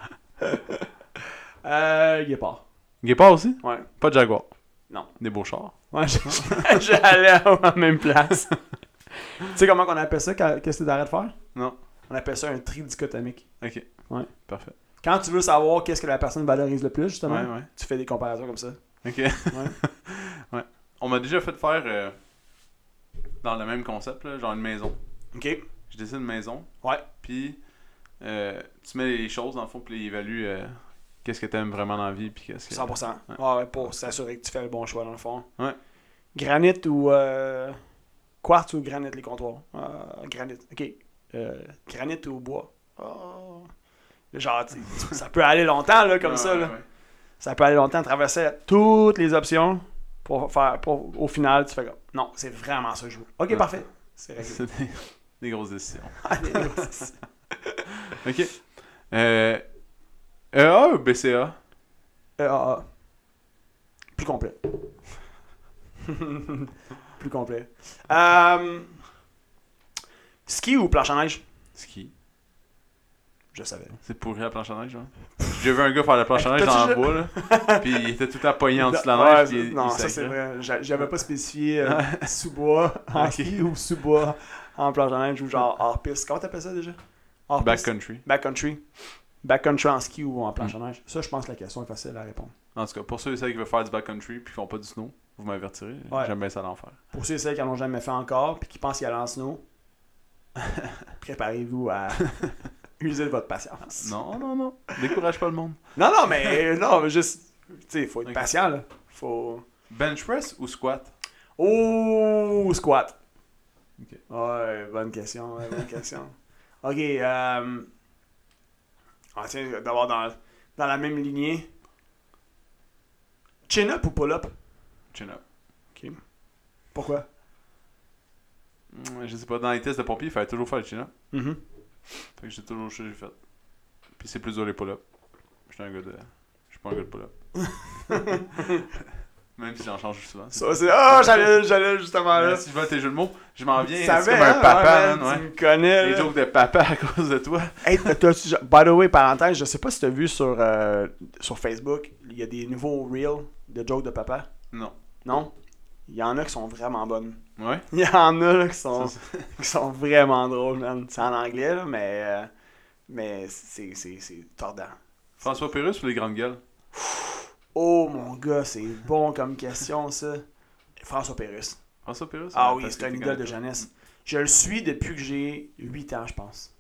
Speaker 2: euh, guépard.
Speaker 1: Guépard aussi
Speaker 2: Ouais.
Speaker 1: Pas de jaguar.
Speaker 2: Non.
Speaker 1: Des beaux chars.
Speaker 2: Ouais, je-
Speaker 1: *laughs*
Speaker 2: je- j'allais en même place. tu sais comment on appelle ça quand- Qu'est-ce que tu arrêtes de faire
Speaker 1: Non.
Speaker 2: On appelle ça un tri dichotomique.
Speaker 1: Ok.
Speaker 2: Ouais.
Speaker 1: Parfait.
Speaker 2: Quand tu veux savoir qu'est-ce que la personne valorise le plus, justement,
Speaker 1: Ouais, ouais.
Speaker 2: tu fais des comparaisons comme ça.
Speaker 1: Ok. *laughs* Ouais. On m'a déjà fait faire euh, dans le même concept, là, genre une maison.
Speaker 2: Ok.
Speaker 1: Je dessine une maison.
Speaker 2: Ouais.
Speaker 1: Puis euh, tu mets les choses dans le fond, puis ils évaluent euh, qu'est-ce que t'aimes vraiment dans la vie, puis qu'est-ce que.
Speaker 2: 100%.
Speaker 1: Ouais.
Speaker 2: Ah Ouais, ouais, pour s'assurer que tu fais le bon choix, dans le fond.
Speaker 1: Ouais.
Speaker 2: Granit ou. euh, Quartz ou granit, les comptoirs Euh, Granit. Ok. Euh, granit ou bois Oh. Genre, tu- ça peut aller longtemps, là, comme
Speaker 1: Ah. Ouais,
Speaker 2: ça,
Speaker 1: ouais,
Speaker 2: là.
Speaker 1: ouais.
Speaker 2: ça peut aller longtemps, traverser toutes les options pour faire pour, au final tu fais comme non, c'est vraiment ça que je veux. OK,
Speaker 1: Ouais.
Speaker 2: parfait. C'est
Speaker 1: *laughs*
Speaker 2: réglé.
Speaker 1: C'est des, des grosses décisions.
Speaker 2: *laughs* Allez,
Speaker 1: *laughs*
Speaker 2: vas-y. *laughs*
Speaker 1: Ok. Euh, oh, EA ou BCA
Speaker 2: Euh, ah, ah. Plus complet. *laughs* Plus complet. Euh, ski ou planche en neige
Speaker 1: Ski.
Speaker 2: Je savais.
Speaker 1: C'est pourri la planche à neige, hein? J'ai vu un gars faire la planche à neige
Speaker 2: Eh, T'as-tu
Speaker 1: dans le
Speaker 2: déjà-
Speaker 1: bois,
Speaker 2: *laughs*
Speaker 1: là. Puis il était tout le temps pogné en dessous de
Speaker 2: Ouais,
Speaker 1: la neige. puis il-
Speaker 2: non,
Speaker 1: il
Speaker 2: ça
Speaker 1: sacrait.
Speaker 2: c'est vrai. J'a- J'avais pas spécifié euh, *laughs* sous-bois en
Speaker 1: Ok.
Speaker 2: ski ou sous-bois en planche en neige ou genre hors-piste. Comment t'appelles ça déjà Hors-piste.
Speaker 1: Backcountry.
Speaker 2: Backcountry. Backcountry en ski ou en
Speaker 1: Mm.
Speaker 2: planche en neige. Ça, je pense que la question est facile à répondre.
Speaker 1: En tout cas, pour ceux et celles qui veulent faire du backcountry puis qui font pas du snow, vous m'avertirez.
Speaker 2: Ouais.
Speaker 1: J'aime bien ça d'en faire.
Speaker 2: *laughs* Pour ceux et celles qui n'en ont jamais fait encore puis qui pensent qu'il y a en snow, *laughs* préparez-vous à *laughs* user de votre patience.
Speaker 1: Non, non, non. Décourage pas le monde.
Speaker 2: non, non, mais euh, non, mais juste, tu sais, il faut être
Speaker 1: Ok.
Speaker 2: patient, là. faut.
Speaker 1: Bench press ou squat
Speaker 2: Oh, squat.
Speaker 1: Ok.
Speaker 2: Ouais, bonne question, ouais, bonne question. *laughs* Ok, euh... ah, tiens, d'abord dans, dans la même lignée. Chin-up ou pull-up?
Speaker 1: Chin up.
Speaker 2: Pourquoi?
Speaker 1: Mm, Je sais pas, dans les tests de pompiers, il fallait toujours faire le chin up. Fait que j'ai toujours ce que j'ai fait. Puis c'est plus dur les pull-ups. J'étais un gars de. Je suis pas un gars de
Speaker 2: *laughs*
Speaker 1: pull-up. Même si j'en change souvent.
Speaker 2: Ça, c'est. Ah, j'allais, j'allais justement là.
Speaker 1: Mais si je vois tes jeux de mots, je m'en viens.
Speaker 2: Tu
Speaker 1: C'est
Speaker 2: savais,
Speaker 1: comme
Speaker 2: hein,
Speaker 1: un papa,
Speaker 2: ouais,
Speaker 1: man,
Speaker 2: Tu
Speaker 1: ouais.
Speaker 2: me connais.
Speaker 1: Les
Speaker 2: là.
Speaker 1: jokes de papa à cause de toi.
Speaker 2: Hey, t'as- t'as-tu ja- by the way, parenthèse, je sais pas si t'as vu sur, euh, sur Facebook, il y a des nouveaux reels de jokes de papa.
Speaker 1: Non.
Speaker 2: Non? Il y en a qui sont vraiment bonnes. *laughs*
Speaker 1: Ouais.
Speaker 2: Il y en a là, qui, sont,
Speaker 1: Ça, c'est-
Speaker 2: *laughs* qui sont vraiment drôles, man. C'est en anglais, là, mais, euh, mais c'est, c'est, c'est tordant.
Speaker 1: François Pérus ou les grandes gueules
Speaker 2: Oh mon gars, c'est bon comme question, ça. François Pérus.
Speaker 1: François Pérus
Speaker 2: Ah
Speaker 1: ouais,
Speaker 2: oui,
Speaker 1: parce
Speaker 2: c'est
Speaker 1: que
Speaker 2: un
Speaker 1: t'es
Speaker 2: idole de
Speaker 1: connecté.
Speaker 2: jeunesse. Je le suis depuis que j'ai 8 ans, je pense.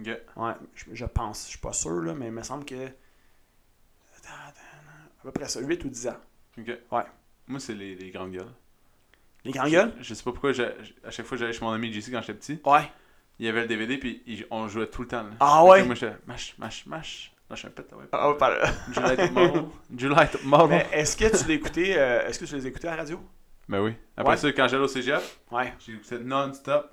Speaker 1: Ok.
Speaker 2: Ouais, je, je pense. Je suis pas sûr, là, mais il me semble que. Attends, attends, À peu près ça, 8 ou 10 ans.
Speaker 1: Ok.
Speaker 2: Ouais.
Speaker 1: Moi, c'est les, les grandes gueules.
Speaker 2: Les grands gueules?
Speaker 1: Je sais pas pourquoi, je- je- à chaque fois que j'allais chez mon ami JC quand j'étais petit,
Speaker 2: Ouais.
Speaker 1: il y avait le DVD, puis il- on jouait tout le temps. là.
Speaker 2: Ah
Speaker 1: Fait que
Speaker 2: ouais?
Speaker 1: Moi, j'étais mash, mash, mash. Là, je suis un pète, ouais.
Speaker 2: Ah, ouais, *laughs* par là.
Speaker 1: Juliette Model. Juliette Model.
Speaker 2: Mais est-ce que tu l'écoutais, euh, est-ce que tu les écoutais à la radio?
Speaker 1: Ben oui. Après
Speaker 2: Ouais.
Speaker 1: ça, quand j'allais au cégep,
Speaker 2: Ouais.
Speaker 1: j'écoutais non-stop.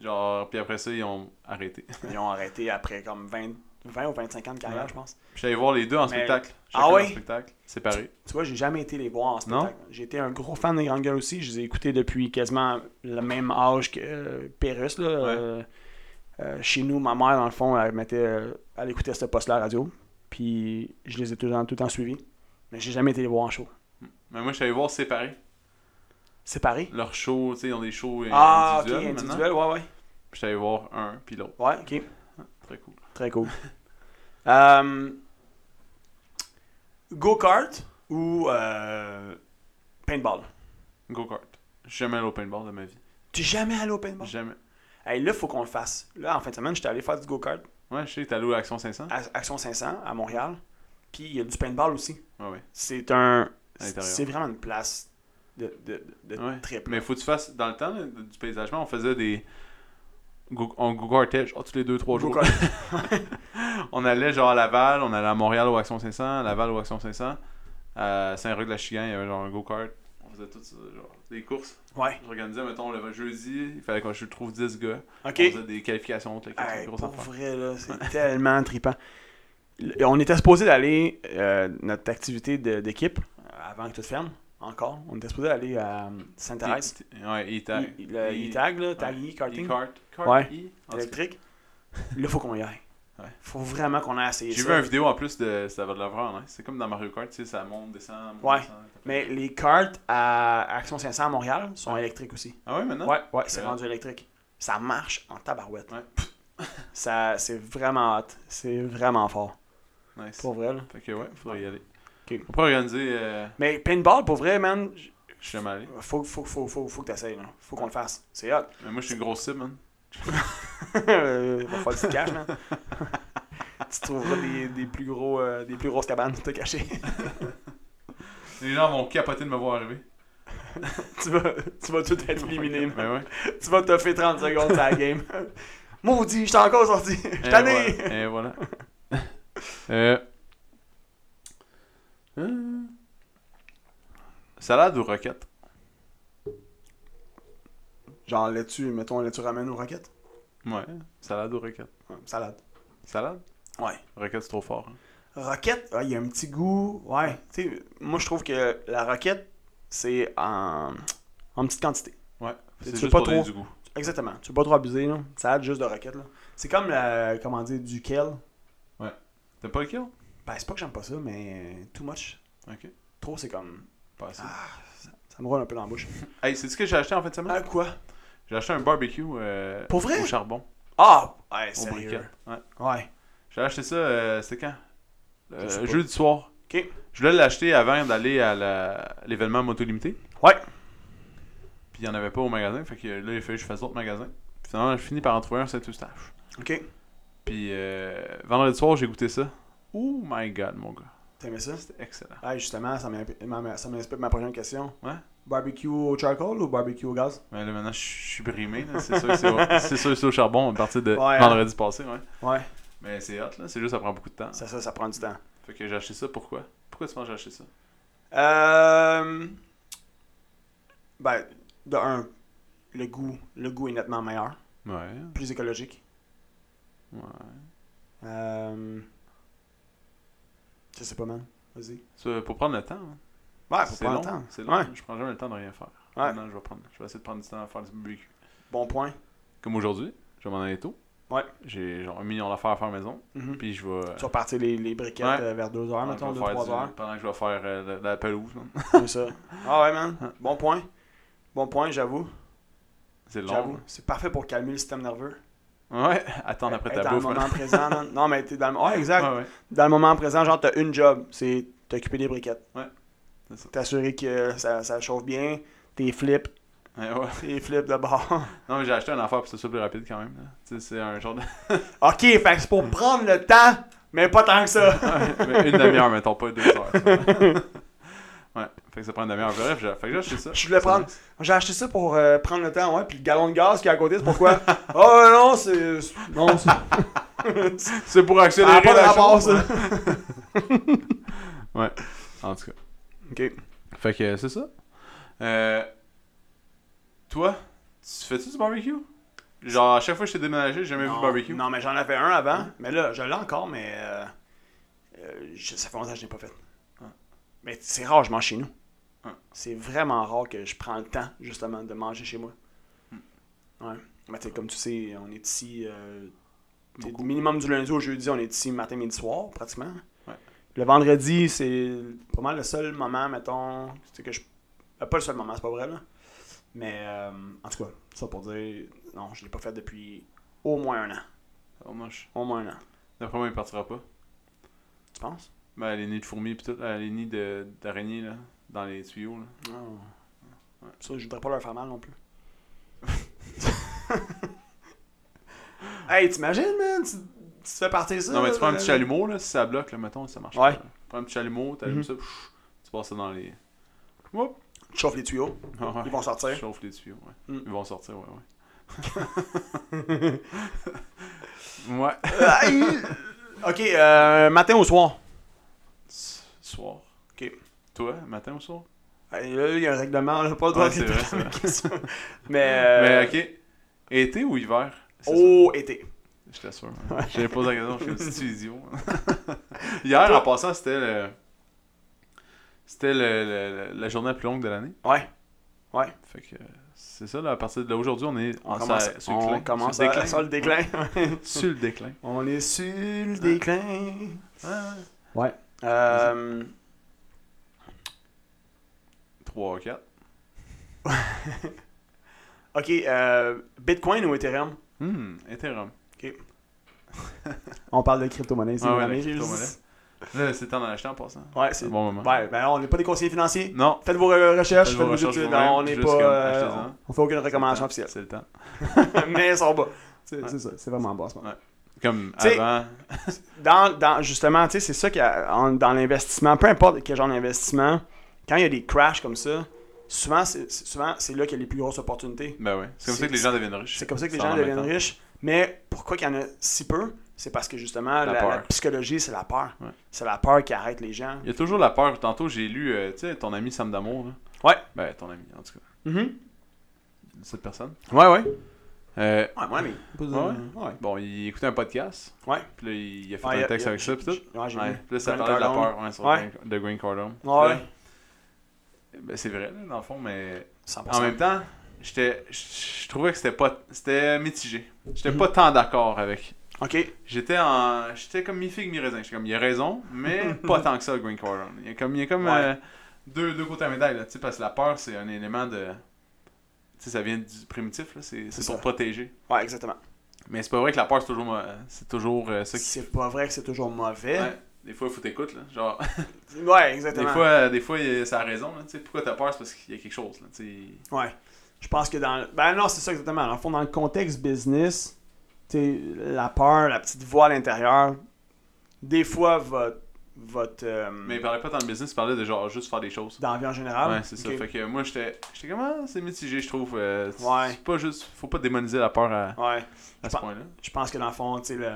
Speaker 1: Genre, puis après ça, ils ont arrêté. *laughs* Puis
Speaker 2: Ils ont arrêté après comme 20, 20 ou 25 ans de carrière,
Speaker 1: Ouais.
Speaker 2: je pense.
Speaker 1: j'allais voir les deux en
Speaker 2: Mais-
Speaker 1: spectacle.
Speaker 2: Ah
Speaker 1: Chacun en
Speaker 2: ouais?
Speaker 1: spectacle, séparé.
Speaker 2: Tu vois, j'ai jamais été les voir en
Speaker 1: Non?
Speaker 2: spectacle. J'ai été un gros fan des Grandes Gueules aussi. Je les ai écoutés depuis quasiment le même âge que euh, Pérus. Là, Euh, euh, chez nous, ma mère, dans le fond, elle, mettait, euh, elle écoutait ce poste-là à la radio. Puis je les ai tout le temps, tout le temps suivis. Mais j'ai jamais été les voir en show.
Speaker 1: Mais moi, j'allais voir séparé.
Speaker 2: Séparés?
Speaker 1: Leurs shows, tu sais, ils ont des shows euh,
Speaker 2: Ah, ok,
Speaker 1: individuels maintenant.
Speaker 2: individuel, ouais, ouais.
Speaker 1: Puis j'allais voir un, puis l'autre.
Speaker 2: Ouais, ok.
Speaker 1: Très cool.
Speaker 2: Très *laughs* cool. Euh, Go-kart ou euh, paintball?
Speaker 1: Go-kart. J'ai Jamais allé au paintball de ma vie.
Speaker 2: T'es jamais allé au paintball?
Speaker 1: Jamais.
Speaker 2: Hey, là, faut qu'on le fasse. Là, en fin de semaine, j'étais allé faire du go-kart
Speaker 1: Ouais, je sais, t'es allé au Action 500?
Speaker 2: à Action 500 à Montréal. Puis il y a du paintball aussi.
Speaker 1: Ouais, ouais.
Speaker 2: C'est un.
Speaker 1: À l'intérieur.
Speaker 2: C'est vraiment une place de, de, de
Speaker 1: Ouais.
Speaker 2: trip.
Speaker 1: Mais faut que tu fasses, dans le temps là, du paysagement, on faisait des. go- On go-kartait, genre tous les 2-3 jours.
Speaker 2: Go-kart.
Speaker 1: *laughs* on allait genre à Laval, on allait à Montréal au Action 500, à Laval au Action 500, à Saint-Roch-de-la-Chigan, il y avait genre un go-kart. On faisait tout ça, genre des courses.
Speaker 2: Ouais.
Speaker 1: J'organisais, mettons, le jeudi, il fallait que je trouve 10 gars.
Speaker 2: Ok.
Speaker 1: On faisait des qualifications, toutes les quatre,
Speaker 2: Hey,
Speaker 1: une grosse
Speaker 2: pour
Speaker 1: affaire.
Speaker 2: vrai, là, c'est tellement trippant. Le- On était supposé d'aller, euh, notre activité de- d'équipe, euh, avant que tout ferme, encore, on était supposé d'aller à euh, Sainte-Thérèse.
Speaker 1: T- t- E Ouais, e-tag.
Speaker 2: I- Le E
Speaker 1: I-
Speaker 2: e-tag, là, tag
Speaker 1: ouais.
Speaker 2: e-karting,
Speaker 1: E-kart. Kart, E,
Speaker 2: Ouais.
Speaker 1: en tout cas.
Speaker 2: électrique. Là, faut qu'on y aille.
Speaker 1: Ouais.
Speaker 2: Faut vraiment qu'on aille essayer
Speaker 1: J'ai
Speaker 2: ça.
Speaker 1: vu une vidéo en plus de ça va de l'avant, hein. c'est comme dans Mario Kart, tu sais, ça monte, descend, monte,
Speaker 2: Ouais.
Speaker 1: descend.
Speaker 2: Mais les cartes à Action 500 à Montréal sont électriques aussi.
Speaker 1: Ah ouais, maintenant?
Speaker 2: Ouais, ouais, c'est
Speaker 1: Ouais.
Speaker 2: rendu électrique. Ça marche en tabarouette.
Speaker 1: Ouais.
Speaker 2: Ça, c'est vraiment hot. C'est vraiment fort.
Speaker 1: Nice.
Speaker 2: Pour vrai, là.
Speaker 1: Fait que ouais, faudrait y aller.
Speaker 2: Ok.
Speaker 1: On pourrait organiser, euh,
Speaker 2: Mais paintball, pour vrai, man, j-
Speaker 1: je suis jamais allé.
Speaker 2: faut, faut, faut, faut, faut que t'essayes, là. Faut qu'on le fasse. C'est hot. *laughs*
Speaker 1: Mais moi, je suis une grosse cible, man.
Speaker 2: Euh, Va falloir que tu te caches, man. tu trouveras des, des plus gros, euh, des plus grosses cabanes pour te cacher. *laughs*
Speaker 1: Les gens vont capoter de me voir
Speaker 2: *laughs*
Speaker 1: arriver.
Speaker 2: tu, vas, tu vas tout être éliminé, man.
Speaker 1: Mais Ben ouais.
Speaker 2: Tu vas te faire 30 secondes à la game. *laughs* Maudit, je suis encore sorti. Je
Speaker 1: Et
Speaker 2: t'en
Speaker 1: voilà. Et
Speaker 2: ai.
Speaker 1: voilà. *laughs* euh... Hum. Salade ou roquette?
Speaker 2: Genre, laitue, mettons, laitue ramène aux roquettes.
Speaker 1: Ouais. Salade ou roquette?
Speaker 2: Salade.
Speaker 1: Salade?
Speaker 2: Ouais.
Speaker 1: Roquette, c'est trop fort. hein.
Speaker 2: Roquette, ah, il y a un petit goût. Ouais. Tu sais, moi, je trouve que la roquette, c'est en, en petite quantité.
Speaker 1: Ouais.
Speaker 2: Tu
Speaker 1: C'est
Speaker 2: veux
Speaker 1: juste
Speaker 2: pas
Speaker 1: pour donner
Speaker 2: trop-
Speaker 1: du goût.
Speaker 2: Exactement. Tu veux pas trop abuser, là. Salade juste de roquette, là. C'est comme la. Comment dire, du kale.
Speaker 1: T'aimes pas le kill?
Speaker 2: Ben, c'est pas que j'aime pas ça, mais too much.
Speaker 1: Ok.
Speaker 2: Trop, c'est comme.
Speaker 1: Pas assez.
Speaker 2: Ah. Ça me roule un peu dans la bouche.
Speaker 1: Hey, c'est ce que j'ai acheté en fait de semaine?
Speaker 2: Ah, quoi
Speaker 1: J'ai acheté un barbecue euh,
Speaker 2: Pour vrai?
Speaker 1: au charbon,
Speaker 2: Ah Ouais,
Speaker 1: au briquet.
Speaker 2: sérieux.
Speaker 1: Ouais.
Speaker 2: Ouais.
Speaker 1: J'ai acheté ça, euh, c'était quand?
Speaker 2: Je sais
Speaker 1: Le
Speaker 2: pas.
Speaker 1: jeudi soir.
Speaker 2: Ok.
Speaker 1: Je voulais l'acheter avant d'aller à la- l'événement Moto Limité.
Speaker 2: Ouais.
Speaker 1: Puis il n'y en avait pas au magasin. Fait que là, il a fallu que je fasse d'autres magasins. Puis finalement, j'ai fini par en trouver un à Saint-Eustache.
Speaker 2: Ok.
Speaker 1: Puis euh, vendredi soir, j'ai goûté ça. Oh my god, mon gars.
Speaker 2: T'aimais ça
Speaker 1: C'était excellent.
Speaker 2: Ouais, justement, ça m'imp- m'a- m'a- ça m'inspire ma prochaine question.
Speaker 1: Ouais.
Speaker 2: Barbecue au charcoal ou barbecue au gaz
Speaker 1: Mais là, maintenant, je suis brimé. là. C'est sûr que c'est
Speaker 2: *laughs*
Speaker 1: au- c'est sûr que c'est au charbon à partir de
Speaker 2: Ouais, hein.
Speaker 1: vendredi passé. Ouais.
Speaker 2: Ouais.
Speaker 1: Mais c'est hot, là. C'est juste, ça prend beaucoup de temps.
Speaker 2: Ça, ça, ça prend du temps.
Speaker 1: Fait que j'ai acheté ça. Pourquoi Pourquoi tu penses que j'ai acheté ça
Speaker 2: Euh, ben, de un, le goût, le goût est nettement meilleur,
Speaker 1: Ouais.
Speaker 2: plus écologique.
Speaker 1: Ouais.
Speaker 2: Euh, je sais pas, man. Vas-y.
Speaker 1: Ça, pour prendre le temps. hein.
Speaker 2: Ouais, Ah, faut
Speaker 1: C'est
Speaker 2: prendre
Speaker 1: long.
Speaker 2: le temps.
Speaker 1: C'est long.
Speaker 2: Ouais,
Speaker 1: Je prends jamais le temps de rien faire.
Speaker 2: Ouais.
Speaker 1: Maintenant, je vais prendre. Je vais essayer de prendre du temps à faire du barbecue.
Speaker 2: bon point.
Speaker 1: Comme aujourd'hui, je vais m'en aller tôt.
Speaker 2: Ouais.
Speaker 1: J'ai genre un million d'affaires à faire maison.
Speaker 2: Mhm.
Speaker 1: Puis je vais.
Speaker 2: Tu vas partir les, les briquettes
Speaker 1: Ouais.
Speaker 2: euh, vers 2 heures,
Speaker 1: pendant que je
Speaker 2: mettons,
Speaker 1: vais
Speaker 2: 2
Speaker 1: faire
Speaker 2: 3
Speaker 1: du-
Speaker 2: heures.
Speaker 1: Pendant que je vais faire euh, la, la pelouse. man. *laughs*
Speaker 2: C'est ça. Ah ouais, man. Bon point. Bon point, j'avoue.
Speaker 1: C'est long.
Speaker 2: J'avoue. C'est parfait pour calmer le système nerveux. Euh,
Speaker 1: Ouais. Attendre après ta
Speaker 2: Être dans le
Speaker 1: bouffe. *laughs*
Speaker 2: moment
Speaker 1: man.
Speaker 2: présent, man. Non, mais t'es dans le. Ouais, exact.
Speaker 1: Ouais, ouais.
Speaker 2: Dans le moment présent, genre, t'as une job, c'est t'occuper des briquettes.
Speaker 1: Ouais, c'est ça.
Speaker 2: T'assurer que ça, ça chauffe bien, tes flips,
Speaker 1: Ouais, ouais.
Speaker 2: tes flips de bord.
Speaker 1: Non, mais j'ai acheté un affaire pour que ce soit plus rapide quand même. là. Tu sais, c'est un genre de. *laughs*
Speaker 2: *laughs* ok, fait que c'est pour prendre le temps, mais pas tant que ça.
Speaker 1: Mais une demi-heure, mettons, pas deux heures. ça. ouais. Fait que ça prend une demi-heure. Bref, j'ai- fait que j'ai acheté ça.
Speaker 2: *laughs* Je voulais prendre. J'ai acheté ça pour euh, prendre le temps, ouais. Puis le gallon de gaz qui est à côté, c'est *laughs* pourquoi Oh non, c'est. c'est-
Speaker 3: Non,
Speaker 2: *laughs*
Speaker 3: c'est-
Speaker 1: C'est pour accélérer
Speaker 2: Ah, pas de
Speaker 1: la
Speaker 2: rapport,
Speaker 1: chose.
Speaker 2: ça.
Speaker 1: En tout cas.
Speaker 2: Ok.
Speaker 1: Fait que euh, c'est ça. Euh, toi, tu fais-tu du barbecue? Genre, à chaque fois que je t'ai déménagé, j'ai jamais vu
Speaker 2: non,
Speaker 1: de barbecue.
Speaker 2: Non, mais j'en avais un avant. Mais là, je l'ai encore, mais. euh, euh, je- ça fait longtemps que je l'ai pas fait.
Speaker 1: Ouais.
Speaker 2: Mais c'est rare, je mange chez nous.
Speaker 1: Ouais.
Speaker 2: C'est vraiment rare que je prends le temps, justement, de manger chez moi.
Speaker 1: Hein.
Speaker 2: Ouais. Mais t'sais, comme tu sais, on est ici. euh, t'sais,
Speaker 1: Beaucoup.
Speaker 2: minimum du lundi au jeudi, on est ici matin, midi, soir, pratiquement.
Speaker 1: Ouais.
Speaker 2: Le vendredi, c'est pas mal le seul moment, mettons. c'est que je. euh, Pas le seul moment, c'est pas vrai, là. Mais euh, en tout cas, ça pour dire, non, je l'ai pas fait depuis au moins un an.
Speaker 1: Oh, moche.
Speaker 2: Au moins un an.
Speaker 1: D'après moi, il partira pas.
Speaker 2: Tu penses?
Speaker 1: Ben, les nids de fourmis pis tout, euh, les nids de- d'araignées, là, dans les tuyaux, là.
Speaker 2: Non. Ça, je voudrais pas leur faire mal non plus. *laughs* hey, t'imagines, man? Tu, tu te fais partir ça?
Speaker 1: Non, mais tu prends un
Speaker 2: là,
Speaker 1: petit
Speaker 2: là.
Speaker 1: chalumeau, là, si ça bloque, là, mettons, ça marche
Speaker 2: Ouais.
Speaker 1: pas. là. Prends un petit chalumeau, t'allumes
Speaker 2: Mhm.
Speaker 1: ça, pff, tu passes ça dans les. Whoop!
Speaker 2: Tu chauffes les tuyaux.
Speaker 1: Ah ouais.
Speaker 2: Ils vont
Speaker 1: *laughs*
Speaker 2: sortir.
Speaker 1: Tu chauffes les tuyaux, ouais.
Speaker 2: Mm.
Speaker 1: Ils vont sortir, ouais,
Speaker 2: *laughs*
Speaker 1: *laughs* ouais. ouais.
Speaker 2: Aïe! ok, euh, matin ou soir?
Speaker 1: S- Soir.
Speaker 2: Ok.
Speaker 1: Toi, matin ou soir?
Speaker 2: Hey, là, il y a un règlement, là, pas le droit
Speaker 1: Ouais,
Speaker 2: de
Speaker 1: c'est vrai, c'est
Speaker 2: poser la
Speaker 1: vrai.
Speaker 2: question. Mais.
Speaker 1: *laughs*
Speaker 2: euh,
Speaker 1: Mais ok. Été ou hiver? C'est ça.
Speaker 2: Oh, été.
Speaker 1: Je t'assure. hein. J'avais pas la question, je suis un petit idiot. *laughs* Hier, en passant, c'était le. C'était le- le- le- la journée la plus longue de l'année.
Speaker 2: Ouais.
Speaker 1: Fait que euh, c'est ça, là, à partir de là, aujourd'hui, on est
Speaker 2: On
Speaker 1: en-
Speaker 2: commence,
Speaker 1: Ah, ça- sur le
Speaker 2: on
Speaker 1: clin-
Speaker 2: commence
Speaker 1: sur le
Speaker 2: à-
Speaker 1: déclin.
Speaker 2: sur le déclin.
Speaker 1: Sur le déclin.
Speaker 2: *laughs* on est sur le déclin.
Speaker 3: Ouais.
Speaker 2: Euh,
Speaker 1: 3 4.
Speaker 2: ok, euh, Bitcoin ou Ethereum?
Speaker 1: Hum, Ethereum.
Speaker 3: On parle de crypto-monnaie, c'est
Speaker 1: Ah
Speaker 3: mon
Speaker 1: ouais,
Speaker 3: ami.
Speaker 1: la crypto-monnaie. Là, c'est temps d'en acheter en passant.
Speaker 2: Ouais,
Speaker 1: C'est
Speaker 2: c'est
Speaker 1: un bon moment.
Speaker 2: Ouais, ben on n'est pas des conseillers financiers.
Speaker 1: Non.
Speaker 2: Faites vos re- recherches,
Speaker 1: Faites vos
Speaker 2: faites vos,
Speaker 1: recherches
Speaker 2: études.
Speaker 1: vous-même,
Speaker 2: Non, on n'est
Speaker 1: juste
Speaker 2: pas.
Speaker 1: comme
Speaker 2: euh,
Speaker 1: achetez-en.
Speaker 2: on- on fait aucune
Speaker 1: c'est le
Speaker 2: recommandation
Speaker 1: temps.
Speaker 2: officielle.
Speaker 1: C'est le temps.
Speaker 2: *laughs* Mais ils sont bas.
Speaker 3: C'est c'est ça, c'est vraiment bas en ce moment.
Speaker 1: Comme
Speaker 2: T'sais-
Speaker 1: avant.
Speaker 2: Dans, dans- justement, tu sais, c'est ça qu'il y a en- dans l'investissement, peu importe quel genre d'investissement, quand il y a des crashs comme ça, souvent, c'est c'est- souvent, c'est là qu'il y a les plus grosses opportunités.
Speaker 1: Ben ouais. C'est comme ça
Speaker 2: C'est-
Speaker 1: que les gens deviennent riches.
Speaker 2: C'est comme ça que les
Speaker 1: C'est en
Speaker 2: gens deviennent
Speaker 1: remettant.
Speaker 2: riches. Mais pourquoi qu'il y en a si peu C'est parce que justement,
Speaker 1: La
Speaker 2: la, la
Speaker 1: peur.
Speaker 2: psychologie, c'est la peur.
Speaker 1: Ouais.
Speaker 2: C'est la peur qui arrête les gens.
Speaker 1: Il y a toujours la peur. Tantôt, j'ai lu, euh, tu sais, ton ami Sam Damour. là.
Speaker 2: Ouais.
Speaker 1: Ben, ton ami, en tout cas.
Speaker 2: Mhm.
Speaker 1: Cette personne.
Speaker 2: Ouais, ouais.
Speaker 1: Euh,
Speaker 2: Ouais, moi, mais.
Speaker 1: ouais.
Speaker 2: Ouais.
Speaker 1: Bon, il écoutait un podcast.
Speaker 2: Ouais.
Speaker 1: Puis là, il a fait
Speaker 2: Ouais, y
Speaker 1: un
Speaker 2: a-
Speaker 1: texte
Speaker 2: y a-
Speaker 1: avec ça, puis tout.
Speaker 2: Ouais, j'ai
Speaker 1: Ouais.
Speaker 2: vu.
Speaker 1: Puis là, ça
Speaker 2: Green
Speaker 1: parlait de la
Speaker 2: Cardone.
Speaker 1: peur, ouais, sur
Speaker 2: Ouais.
Speaker 1: Green- de Green Cardone.
Speaker 2: Ouais.
Speaker 1: Là, ben, c'est vrai, là, dans le fond, mais
Speaker 2: 100%.
Speaker 1: en même temps, j'étais, je je trouvais que c'était pas, c'était mitigé. J'étais
Speaker 2: Mhm.
Speaker 1: pas tant d'accord avec.
Speaker 2: Ok.
Speaker 1: J'étais en, j'étais comme mi figue mi raisin. J'étais comme, il a raison,
Speaker 2: *laughs*
Speaker 1: mais pas tant que ça, le Green Cardone. Il y a comme, il y a comme
Speaker 2: Ouais.
Speaker 1: euh, deux, deux côtés à la médaille là, tu sais, parce que la peur, c'est un élément de, tu sais, ça vient du primitif là, c'est, c'est
Speaker 2: C'est
Speaker 1: pour
Speaker 2: ça.
Speaker 1: protéger.
Speaker 2: Ouais, exactement.
Speaker 1: Mais c'est pas vrai que la peur c'est toujours, euh, c'est toujours euh, ça qui.
Speaker 2: C'est pas vrai que c'est toujours mauvais.
Speaker 1: Ouais. Des fois, il faut t'écouter là, genre.
Speaker 2: Ouais, exactement.
Speaker 1: Des fois, euh, des fois, il- ça a raison. Là, tu sais, pourquoi t'as peur, c'est parce qu'il y a quelque chose. Là, tu sais.
Speaker 2: Ouais. Je pense que dans. Ben non, c'est ça exactement. Dans le fond, dans le contexte business, t'sais, la peur, la petite voix à l'intérieur, des fois, votre. votre euh,
Speaker 1: Mais il parlait pas tant de business, il parlait de genre juste faire des choses.
Speaker 2: dans la vie en général.
Speaker 1: ouais, c'est
Speaker 2: Ok.
Speaker 1: ça. Fait que moi, j'étais j'étais comme, ah, c'est mitigé, je trouve. euh, c'est-
Speaker 2: Ouais.
Speaker 1: c'est pas juste, faut pas démoniser la peur à, à
Speaker 2: Ouais.
Speaker 1: ce
Speaker 2: pense-
Speaker 1: point-là.
Speaker 2: Je pense que dans le fond, t'sais, le.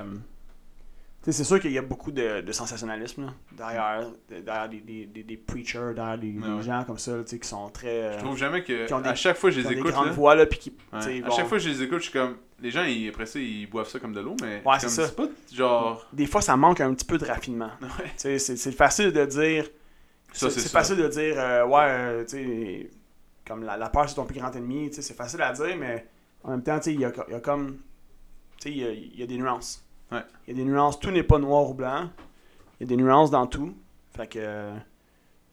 Speaker 2: t'sais, c'est sûr qu'il y a beaucoup de, de sensationnalisme là, derrière, derrière des, des, des, des preachers, derrière des, des
Speaker 1: Ouais, ouais.
Speaker 2: gens comme ça, t'sais, qui sont très. euh,
Speaker 1: Je trouve jamais que,
Speaker 2: qui ont des-
Speaker 1: à chaque fois que
Speaker 2: qui
Speaker 1: je
Speaker 2: ont
Speaker 1: les
Speaker 2: des
Speaker 1: écoute,
Speaker 2: grandes
Speaker 1: là,
Speaker 2: voix là, puis qui.
Speaker 1: ouais,
Speaker 2: t'sais,
Speaker 1: à
Speaker 2: bon.
Speaker 1: chaque fois que je les écoute, je suis comme, les gens, ils, après ça, ils boivent ça comme de l'eau, mais
Speaker 2: Ouais,
Speaker 1: comme,
Speaker 2: c'est ça.
Speaker 1: c'est pas genre. *laughs*
Speaker 2: des fois, ça manque un petit peu de raffinement.
Speaker 1: Ouais.
Speaker 2: Tu sais, C'est c'est facile de dire.
Speaker 1: Ça,
Speaker 2: C'est
Speaker 1: c'est
Speaker 2: c'est
Speaker 1: ça.
Speaker 2: facile de dire, euh, ouais, euh, tu sais, comme la, la peur c'est ton plus grand ennemi. tu sais, C'est facile à dire, mais en même temps, tu sais, il y a, co- il y a comme. Tu sais, il y a, il y a des nuances.
Speaker 1: Ouais.
Speaker 2: Il y a des nuances. Tout n'est pas noir ou blanc. Il y a des nuances dans tout. Fait que. euh,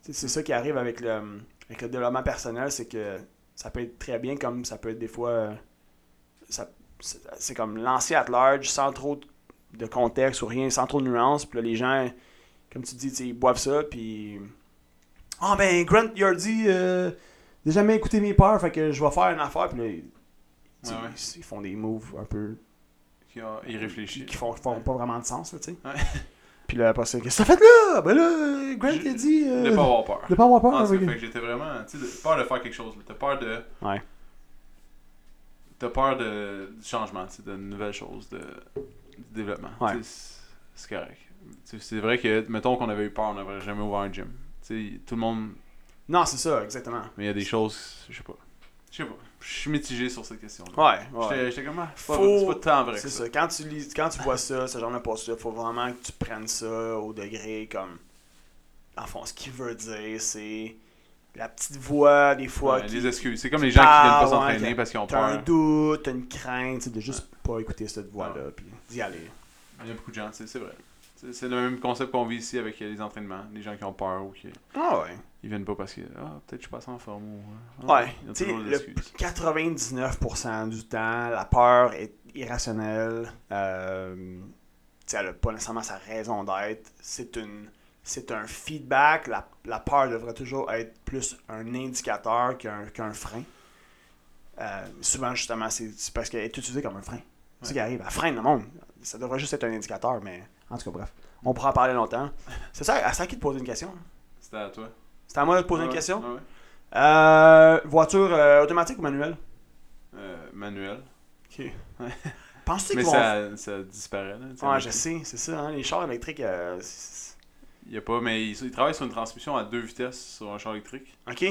Speaker 2: tu sais, C'est ça qui arrive avec le, avec le développement personnel, c'est que ça peut être très bien comme ça peut être des fois. euh, ça- c'est c'est comme lancer at large sans trop de- de contexte ou rien, sans trop de nuances. Puis là, les gens, comme tu dis, tu sais, ils boivent ça, puis. Ah ben, Grant, il a dit, euh, il a jamais écouté mes peurs, fait que je vais faire une affaire, puis là, ils, tu sais,
Speaker 1: Ouais, ouais.
Speaker 2: ils font des moves un peu.
Speaker 1: Qui ont- Ils réfléchissent.
Speaker 2: Qui font, font pas vraiment de sens, là, tu sais.
Speaker 1: Ouais.
Speaker 2: Puis là, après ça, qu'est-ce que ça fait là? Ben là, Grant
Speaker 1: Je-
Speaker 2: a dit. euh,
Speaker 1: De pas avoir peur.
Speaker 3: De pas avoir peur.
Speaker 1: Ah, c'est
Speaker 3: ok.
Speaker 1: fait que j'étais vraiment. Tu sais, de- peur de faire quelque chose. là. T'as peur de.
Speaker 2: Ouais.
Speaker 1: T'as peur de, du changement, tu sais, de nouvelles choses, de, du développement.
Speaker 2: Ouais.
Speaker 1: Tu sais, C'est c'est correct. Tu sais, C'est vrai que, mettons qu'on avait eu peur, on n'aurait jamais ouvert un gym. Tu sais, tout le monde.
Speaker 2: Non, c'est ça, exactement.
Speaker 1: Mais il y a des choses. Je sais pas. Je sais pas. Je suis mitigé sur cette question-là.
Speaker 2: Ouais, ouais.
Speaker 1: J'étais- J'étais comme. ah, C'est pas,
Speaker 2: Faut-
Speaker 1: c'est pas tant vrai. que
Speaker 2: C'est
Speaker 1: ça.
Speaker 2: ça. Quand tu lis, quand tu vois ça, ce genre de posture, faut vraiment que tu prennes ça au degré comme. En fond, ce qu'il veut dire, c'est la petite voix des fois
Speaker 1: Ouais,
Speaker 2: qui
Speaker 1: les excuses. C'est comme les gens qui viennent
Speaker 2: Ah,
Speaker 1: pas
Speaker 2: ouais,
Speaker 1: s'entraîner
Speaker 2: ok.
Speaker 1: parce qu'ils ont
Speaker 2: T'as un
Speaker 1: peur.
Speaker 2: doute, t'as une crainte, c'est de juste pas écouter cette voix-là, puis d'y aller.
Speaker 1: Il y a beaucoup de gens, tu sais, c'est vrai. C'est c'est le même concept qu'on vit ici avec euh, les entraînements. Les gens qui ont peur ou qui.
Speaker 2: Ah ouais.
Speaker 1: Ils viennent pas parce que ah, peut-être je suis pas assez en forme ou ah,
Speaker 2: Ouais,
Speaker 1: il y a
Speaker 2: t'sais,
Speaker 1: toujours des
Speaker 2: le-
Speaker 1: excuses.
Speaker 2: 99% du temps, la peur est irrationnelle. Euh, t'sais, elle n'a pas nécessairement sa raison d'être. C'est une c'est un feedback. La, la peur devrait toujours être plus un indicateur qu'un qu'un frein. Euh, souvent, justement, c'est c'est parce qu'elle est utilisée comme un frein. C'est ce qui arrive. Elle freine le monde. Ça devrait juste être un indicateur, mais en tout cas, bref. On pourra en parler longtemps. C'est ça, c'est à qui de poser une question?
Speaker 1: C'était à toi.
Speaker 2: C'est à moi de poser
Speaker 1: Ouais,
Speaker 2: une
Speaker 1: ouais,
Speaker 2: question?
Speaker 1: ouais, ouais.
Speaker 2: Euh, voiture euh, automatique ou manuelle?
Speaker 1: Euh, manuel.
Speaker 2: Ok.
Speaker 1: Ouais.
Speaker 2: *laughs* Penses-tu
Speaker 1: Mais
Speaker 2: qu'ils vont.
Speaker 1: ça, ça disparaît. Là, tu sais,
Speaker 2: Ouais,
Speaker 1: avec-
Speaker 2: je sais, c'est ça, hein, les chars électriques. euh, c'est-
Speaker 1: Il y a pas, mais ils, ils travaillent sur une transmission à deux vitesses sur un char électrique.
Speaker 2: Ok?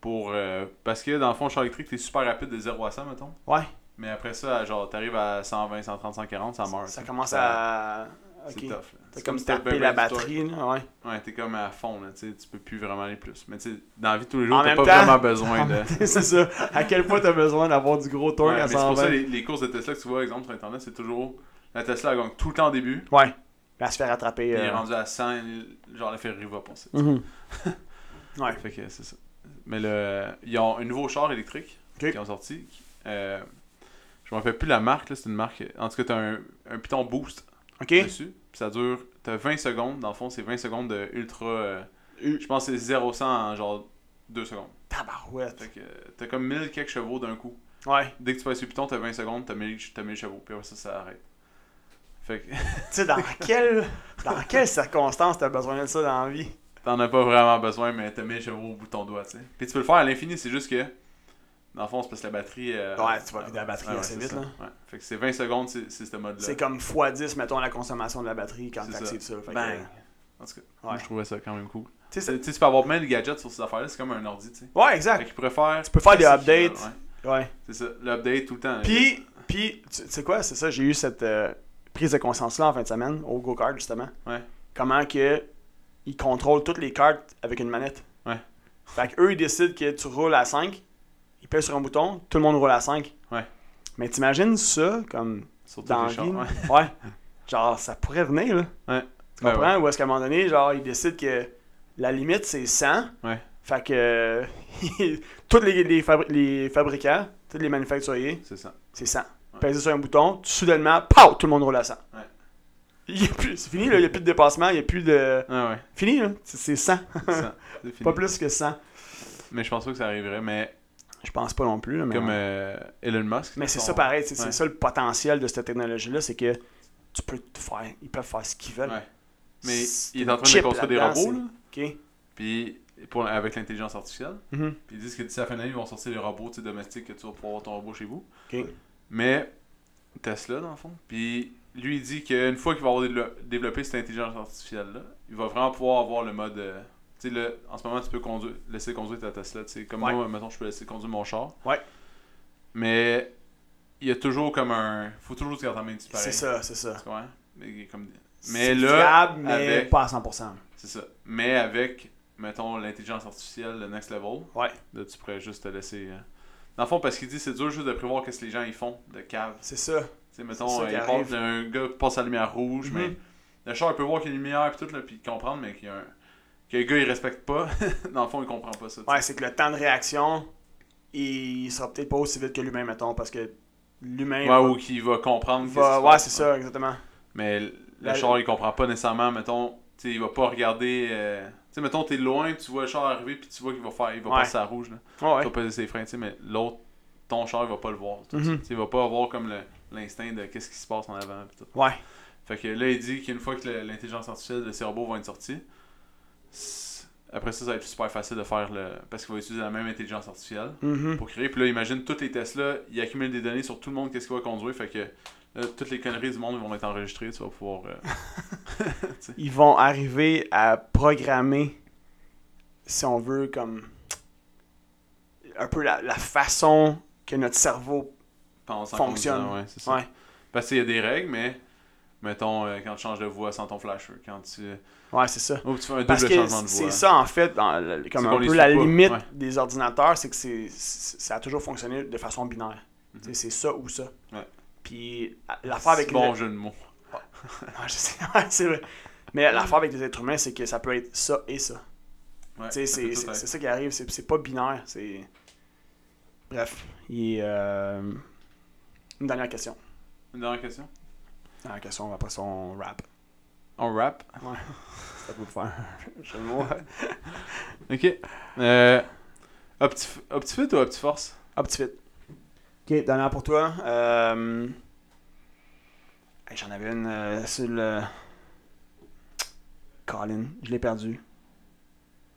Speaker 1: Pour, euh, parce que dans le fond, le char électrique, t'es super rapide de 0 à 100, mettons.
Speaker 2: Ouais.
Speaker 1: Mais après ça, genre, t'arrives à 120, 130, 140, Ah, ça meurt.
Speaker 2: Ça
Speaker 1: tu sais.
Speaker 2: commence à.
Speaker 1: C'est
Speaker 2: Ok.
Speaker 1: tough. là.
Speaker 2: C'est comme
Speaker 1: si
Speaker 2: si
Speaker 1: t'as
Speaker 2: t'as
Speaker 1: bien,
Speaker 2: tapé la
Speaker 1: bien du torque.
Speaker 2: batterie, là, ouais. *laughs*
Speaker 1: Ouais, t'es comme à fond, là, tu sais, tu peux plus vraiment aller plus. Mais tu sais, dans la vie de tous les jours,
Speaker 2: En
Speaker 1: t'as
Speaker 2: même
Speaker 1: pas
Speaker 2: temps-
Speaker 1: vraiment
Speaker 2: *laughs*
Speaker 1: besoin de.
Speaker 2: c'est ça. À quel point t'as besoin d'avoir du gros torque
Speaker 1: Ouais,
Speaker 2: à
Speaker 1: mais c'est pour ça
Speaker 2: 120?
Speaker 1: les, les courses de Tesla que tu vois, exemple, sur Internet, c'est toujours. La Tesla elle gagne tout le temps au début.
Speaker 2: Ouais. Elle se fait rattraper.
Speaker 1: Il est
Speaker 2: euh,
Speaker 1: rendu à 100, il- genre la Ferrari va passer.
Speaker 2: mhm. ouais.
Speaker 1: Fait que c'est ça. Mais le, ils ont un nouveau char électrique
Speaker 2: Ok.
Speaker 1: qui ont sorti. qui- euh, je me rappelle plus la marque, là, c'est une marque. En tout cas, t'as un, un piton boost
Speaker 2: Ok?
Speaker 1: dessus. Puis ça dure. T'as 20 secondes. Dans le fond, c'est 20 secondes de ultra. euh,
Speaker 2: U-
Speaker 1: je pense que c'est 0-100 en genre 2 secondes. Fait
Speaker 2: Tabarouette.
Speaker 1: que euh, t'as comme 1000 quelques chevaux d'un coup.
Speaker 2: Ouais.
Speaker 1: Dès que tu passes sur le piton, t'as 20 secondes, t'as 1000, t'as 1000 chevaux. Puis après ça, ça arrête. Fait que *laughs*
Speaker 2: tu sais, dans quelle. Dans quelles circonstances t'as besoin de ça dans la vie?
Speaker 1: T'en as pas vraiment besoin, mais t'as mis le chevaux au bout de ton doigt, tu sais. Puis tu peux le faire à l'infini, c'est juste que. Dans le fond, c'est parce que la batterie. euh,
Speaker 2: Ouais, tu vas
Speaker 1: euh,
Speaker 2: vider la batterie assez
Speaker 1: c'est
Speaker 2: vite,
Speaker 1: ça.
Speaker 2: là.
Speaker 1: Ouais. Fait que c'est 20 secondes, c'est c'est ce mode-là.
Speaker 2: C'est comme x10, mettons, la consommation de la batterie quand
Speaker 1: C'est
Speaker 2: t'actives ça. Fait que-
Speaker 1: Bang! En tout cas, moi,
Speaker 2: ben Ouais.
Speaker 1: je trouvais ça quand même cool.
Speaker 2: Tu sais,
Speaker 1: Tu
Speaker 2: c'est-
Speaker 1: sais, tu peux avoir plein de gadgets sur ces affaires-là, c'est comme un ordi, tu sais.
Speaker 2: Ouais,
Speaker 1: Fait
Speaker 2: exact.
Speaker 1: qu'ils pourraient faire.
Speaker 2: Tu peux faire des
Speaker 1: Qu'est-ce qu'ils veulent,
Speaker 2: updates.
Speaker 1: ouais.
Speaker 2: Ouais.
Speaker 1: C'est ça, l'update tout le temps.
Speaker 2: Puis, puis tu tu sais quoi, c'est ça, j'ai eu cette euh, prise de conscience-là en fin de semaine, au go-kart justement.
Speaker 1: Ouais.
Speaker 2: Comment que ils contrôlent toutes les cartes avec une manette.
Speaker 1: Ouais.
Speaker 2: Fait qu'eux, ils décident que tu roules à 5, ils pèsent sur un bouton, tout le monde roule à 5.
Speaker 1: Ouais.
Speaker 2: Mais t'imagines ça, comme
Speaker 1: Sur tous
Speaker 2: dans
Speaker 1: les
Speaker 2: la
Speaker 1: chars,
Speaker 2: vie,
Speaker 1: ouais.
Speaker 2: là? ouais. *laughs* Genre, ça pourrait venir, là. Tu comprends?
Speaker 1: Ouais,
Speaker 2: Ou est-ce qu'à un moment donné, genre, ils décident que la limite, c'est 100.
Speaker 1: Ouais.
Speaker 2: Fait que *laughs* tous les, les, fabri- les fabricants, tous les manufacturiers,
Speaker 1: C'est ça.
Speaker 2: c'est 100.
Speaker 1: Ouais.
Speaker 2: Pèser sur un bouton, soudainement, pow, tout le monde roule à 100.
Speaker 1: Ouais.
Speaker 2: Il y a plus- C'est fini, là, il n'y a plus de dépassement, il n'y a plus de.
Speaker 1: Ah ouais,
Speaker 2: Fini, là. C'est c'est 100.
Speaker 1: *laughs* c'est
Speaker 2: *laughs*
Speaker 1: ça. C'est fini.
Speaker 2: Pas plus que 100.
Speaker 1: Mais je pense pas que ça arriverait, mais
Speaker 2: Je pense pas non plus. là, mais
Speaker 1: comme euh, Elon Musk.
Speaker 2: mais c'est
Speaker 1: son-
Speaker 2: ça pareil, c'est c'est
Speaker 1: Ouais.
Speaker 2: ça le potentiel de cette technologie-là, c'est que tu peux tout faire. Ils peuvent faire ce qu'ils veulent.
Speaker 1: Ouais. Mais
Speaker 2: C'est
Speaker 1: il est en
Speaker 2: un
Speaker 1: train de
Speaker 2: chip
Speaker 1: construire des
Speaker 2: là-dedans,
Speaker 1: robots, là.
Speaker 2: c'est- Ok.
Speaker 1: Puis pour, avec l'intelligence artificielle.
Speaker 2: Mhm.
Speaker 1: Puis ils disent que d'ici la fin de l'année, ils vont sortir les robots tu sais, domestiques que tu vas pouvoir avoir ton robot chez vous.
Speaker 2: Ok.
Speaker 1: Mais Tesla, dans le fond. Puis lui, il dit qu'une fois qu'il va avoir dévelop- développé cette intelligence artificielle-là, il va vraiment pouvoir avoir le mode. euh, tu sais, le- en ce moment, tu peux conduire, laisser conduire ta Tesla. tu sais. Comme
Speaker 2: Ouais.
Speaker 1: moi, mettons, je peux laisser conduire mon char.
Speaker 2: Ouais.
Speaker 1: Mais il y a toujours comme un. faut toujours se garder en main dessus, pareil.
Speaker 2: C'est ça, c'est ça.
Speaker 1: Tu comprends? Mais il est comme-
Speaker 2: C'est
Speaker 1: Mais là.
Speaker 2: fiable, mais
Speaker 1: avec-
Speaker 2: pas à 100%.
Speaker 1: C'est ça. Mais avec, mettons, l'intelligence artificielle, le next level,
Speaker 2: Ouais.
Speaker 1: là, tu pourrais juste te laisser. euh, Dans le fond, parce qu'il dit c'est dur juste de prévoir qu'est-ce que les gens ils font de cave. Tu
Speaker 2: C'est ça.
Speaker 1: sais, mettons,
Speaker 2: C'est ça
Speaker 1: euh,
Speaker 2: qui
Speaker 1: il
Speaker 2: arrive.
Speaker 1: passe- un gars passe à la lumière rouge,
Speaker 2: Mhm.
Speaker 1: mais le char il peut voir qu'il y a une lumière et tout, là, puis comprendre, mais qu'il y a un. Que le gars il respecte pas, *laughs* dans le fond il comprend pas ça. tu sais.
Speaker 2: Ouais, c'est que le temps de réaction, il sera peut-être pas aussi vite que l'humain, mettons, parce que l'humain.
Speaker 1: Ouais, ou qu'il va comprendre. qu'est-ce qui
Speaker 2: va-
Speaker 1: se
Speaker 2: ouais,
Speaker 1: passe,
Speaker 2: c'est
Speaker 1: ouais.
Speaker 2: ça, exactement.
Speaker 1: Mais le
Speaker 2: La-
Speaker 1: char il comprend pas nécessairement, mettons, tu sais, il va pas regarder. euh, Tu sais, mettons, t'es loin, tu vois le char arriver, puis tu vois qu'il va faire, il va
Speaker 2: Ouais.
Speaker 1: passer à la rouge. Là.
Speaker 2: Ouais,
Speaker 1: Tu
Speaker 2: ouais.
Speaker 1: vas peser ses freins, tu sais, mais l'autre, ton char, il va pas le voir. tout de
Speaker 2: Mhm.
Speaker 1: suite. Tu sais, Il va pas avoir comme le- l'instinct de qu'est-ce qui se passe en avant. pis tout.
Speaker 2: Ouais.
Speaker 1: Fait que là, il dit qu'une fois que le- l'intelligence artificielle, le cerveau va être sorti, s- après ça, ça va être super facile de faire le. Parce qu'il va utiliser la même intelligence artificielle
Speaker 2: Mhm.
Speaker 1: pour créer. Puis là, imagine tous les Tesla, ils accumulent des données sur tout le monde, qu'est-ce qu'il va conduire. Fait que là, toutes les conneries du monde vont être enregistrées. Tu vas pouvoir. euh,
Speaker 2: *laughs* Ils vont arriver à programmer, si on veut, comme un peu la, la façon que notre cerveau.
Speaker 1: penser en
Speaker 2: Fonctionne.
Speaker 1: conduisant, ouais, c'est ça.
Speaker 2: Ouais,
Speaker 1: Parce qu'il y a des règles, mais. Mettons, euh, quand tu changes de voix sans ton flasher, quand tu.
Speaker 2: ouais c'est ça.
Speaker 1: Oh, tu fais un double
Speaker 2: Parce que
Speaker 1: changement de voix.
Speaker 2: c'est ça, en fait, dans le- comme
Speaker 1: C'est
Speaker 2: un
Speaker 1: qu'on les
Speaker 2: peu la
Speaker 1: suit pas,
Speaker 2: limite
Speaker 1: ouais.
Speaker 2: des ordinateurs, c'est que c'est, c'est- ça a toujours fonctionné de façon binaire.
Speaker 1: Mhm.
Speaker 2: Tu sais, C'est ça ou ça.
Speaker 1: Ouais.
Speaker 2: Puis à- l'affaire avec
Speaker 1: bon
Speaker 2: le-
Speaker 1: jeu de mots.
Speaker 2: *laughs* Ouais, je sais, ouais, c'est vrai. Mais l'affaire avec les êtres humains, c'est que ça peut être ça et ça.
Speaker 1: Ouais,
Speaker 2: Tu sais,
Speaker 1: ça
Speaker 2: c'est
Speaker 1: peut tout
Speaker 2: c'est-
Speaker 1: être.
Speaker 2: c'est ça qui arrive, c'est c'est pas binaire. c'est... Bref, il est, euh, une dernière question.
Speaker 1: Une dernière question.
Speaker 2: Dernière question, après ça, on rap.
Speaker 1: On rap.
Speaker 3: Ça peut le faire.
Speaker 2: J'ai
Speaker 1: *laughs*
Speaker 2: le mot.
Speaker 1: Ok. Euh, Optif- Optifit ou Optiforce
Speaker 2: Hop, petit vite.
Speaker 3: Ok,
Speaker 2: Dernière pour toi. euh, hey, J'en avais une euh, sur le. Colin, je l'ai perdu.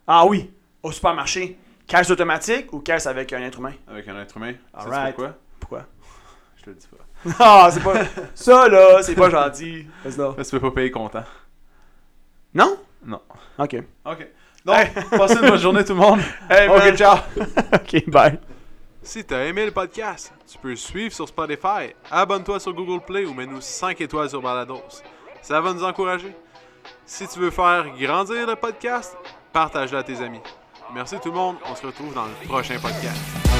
Speaker 2: Ah oui, au supermarché. Caisse automatique ou caisse avec un être humain
Speaker 1: avec un être humain C'est
Speaker 2: Alright.
Speaker 1: pourquoi
Speaker 2: Pourquoi *laughs*
Speaker 1: Je te le dis pas.
Speaker 2: Non,
Speaker 1: *laughs*
Speaker 2: c'est pas. Ça là, c'est pas gentil. Fais ça.
Speaker 1: Parce que tu peux pas payer comptant.
Speaker 2: Non
Speaker 1: Non.
Speaker 2: Ok.
Speaker 1: Ok. Donc, *laughs* passez une bonne journée tout le monde.
Speaker 2: Hey,
Speaker 1: Ok,
Speaker 2: man.
Speaker 1: ciao.
Speaker 2: É, *laughs* ok, bye.
Speaker 1: *laughs* Si t'as aimé le podcast, tu peux le suivre sur Spotify, abonne-toi sur Google Play ou mets-nous 5 étoiles sur Balados. Ça va nous encourager. Si tu veux faire grandir le podcast, partage-le à tes amis. Merci tout le monde, on se retrouve dans le prochain podcast.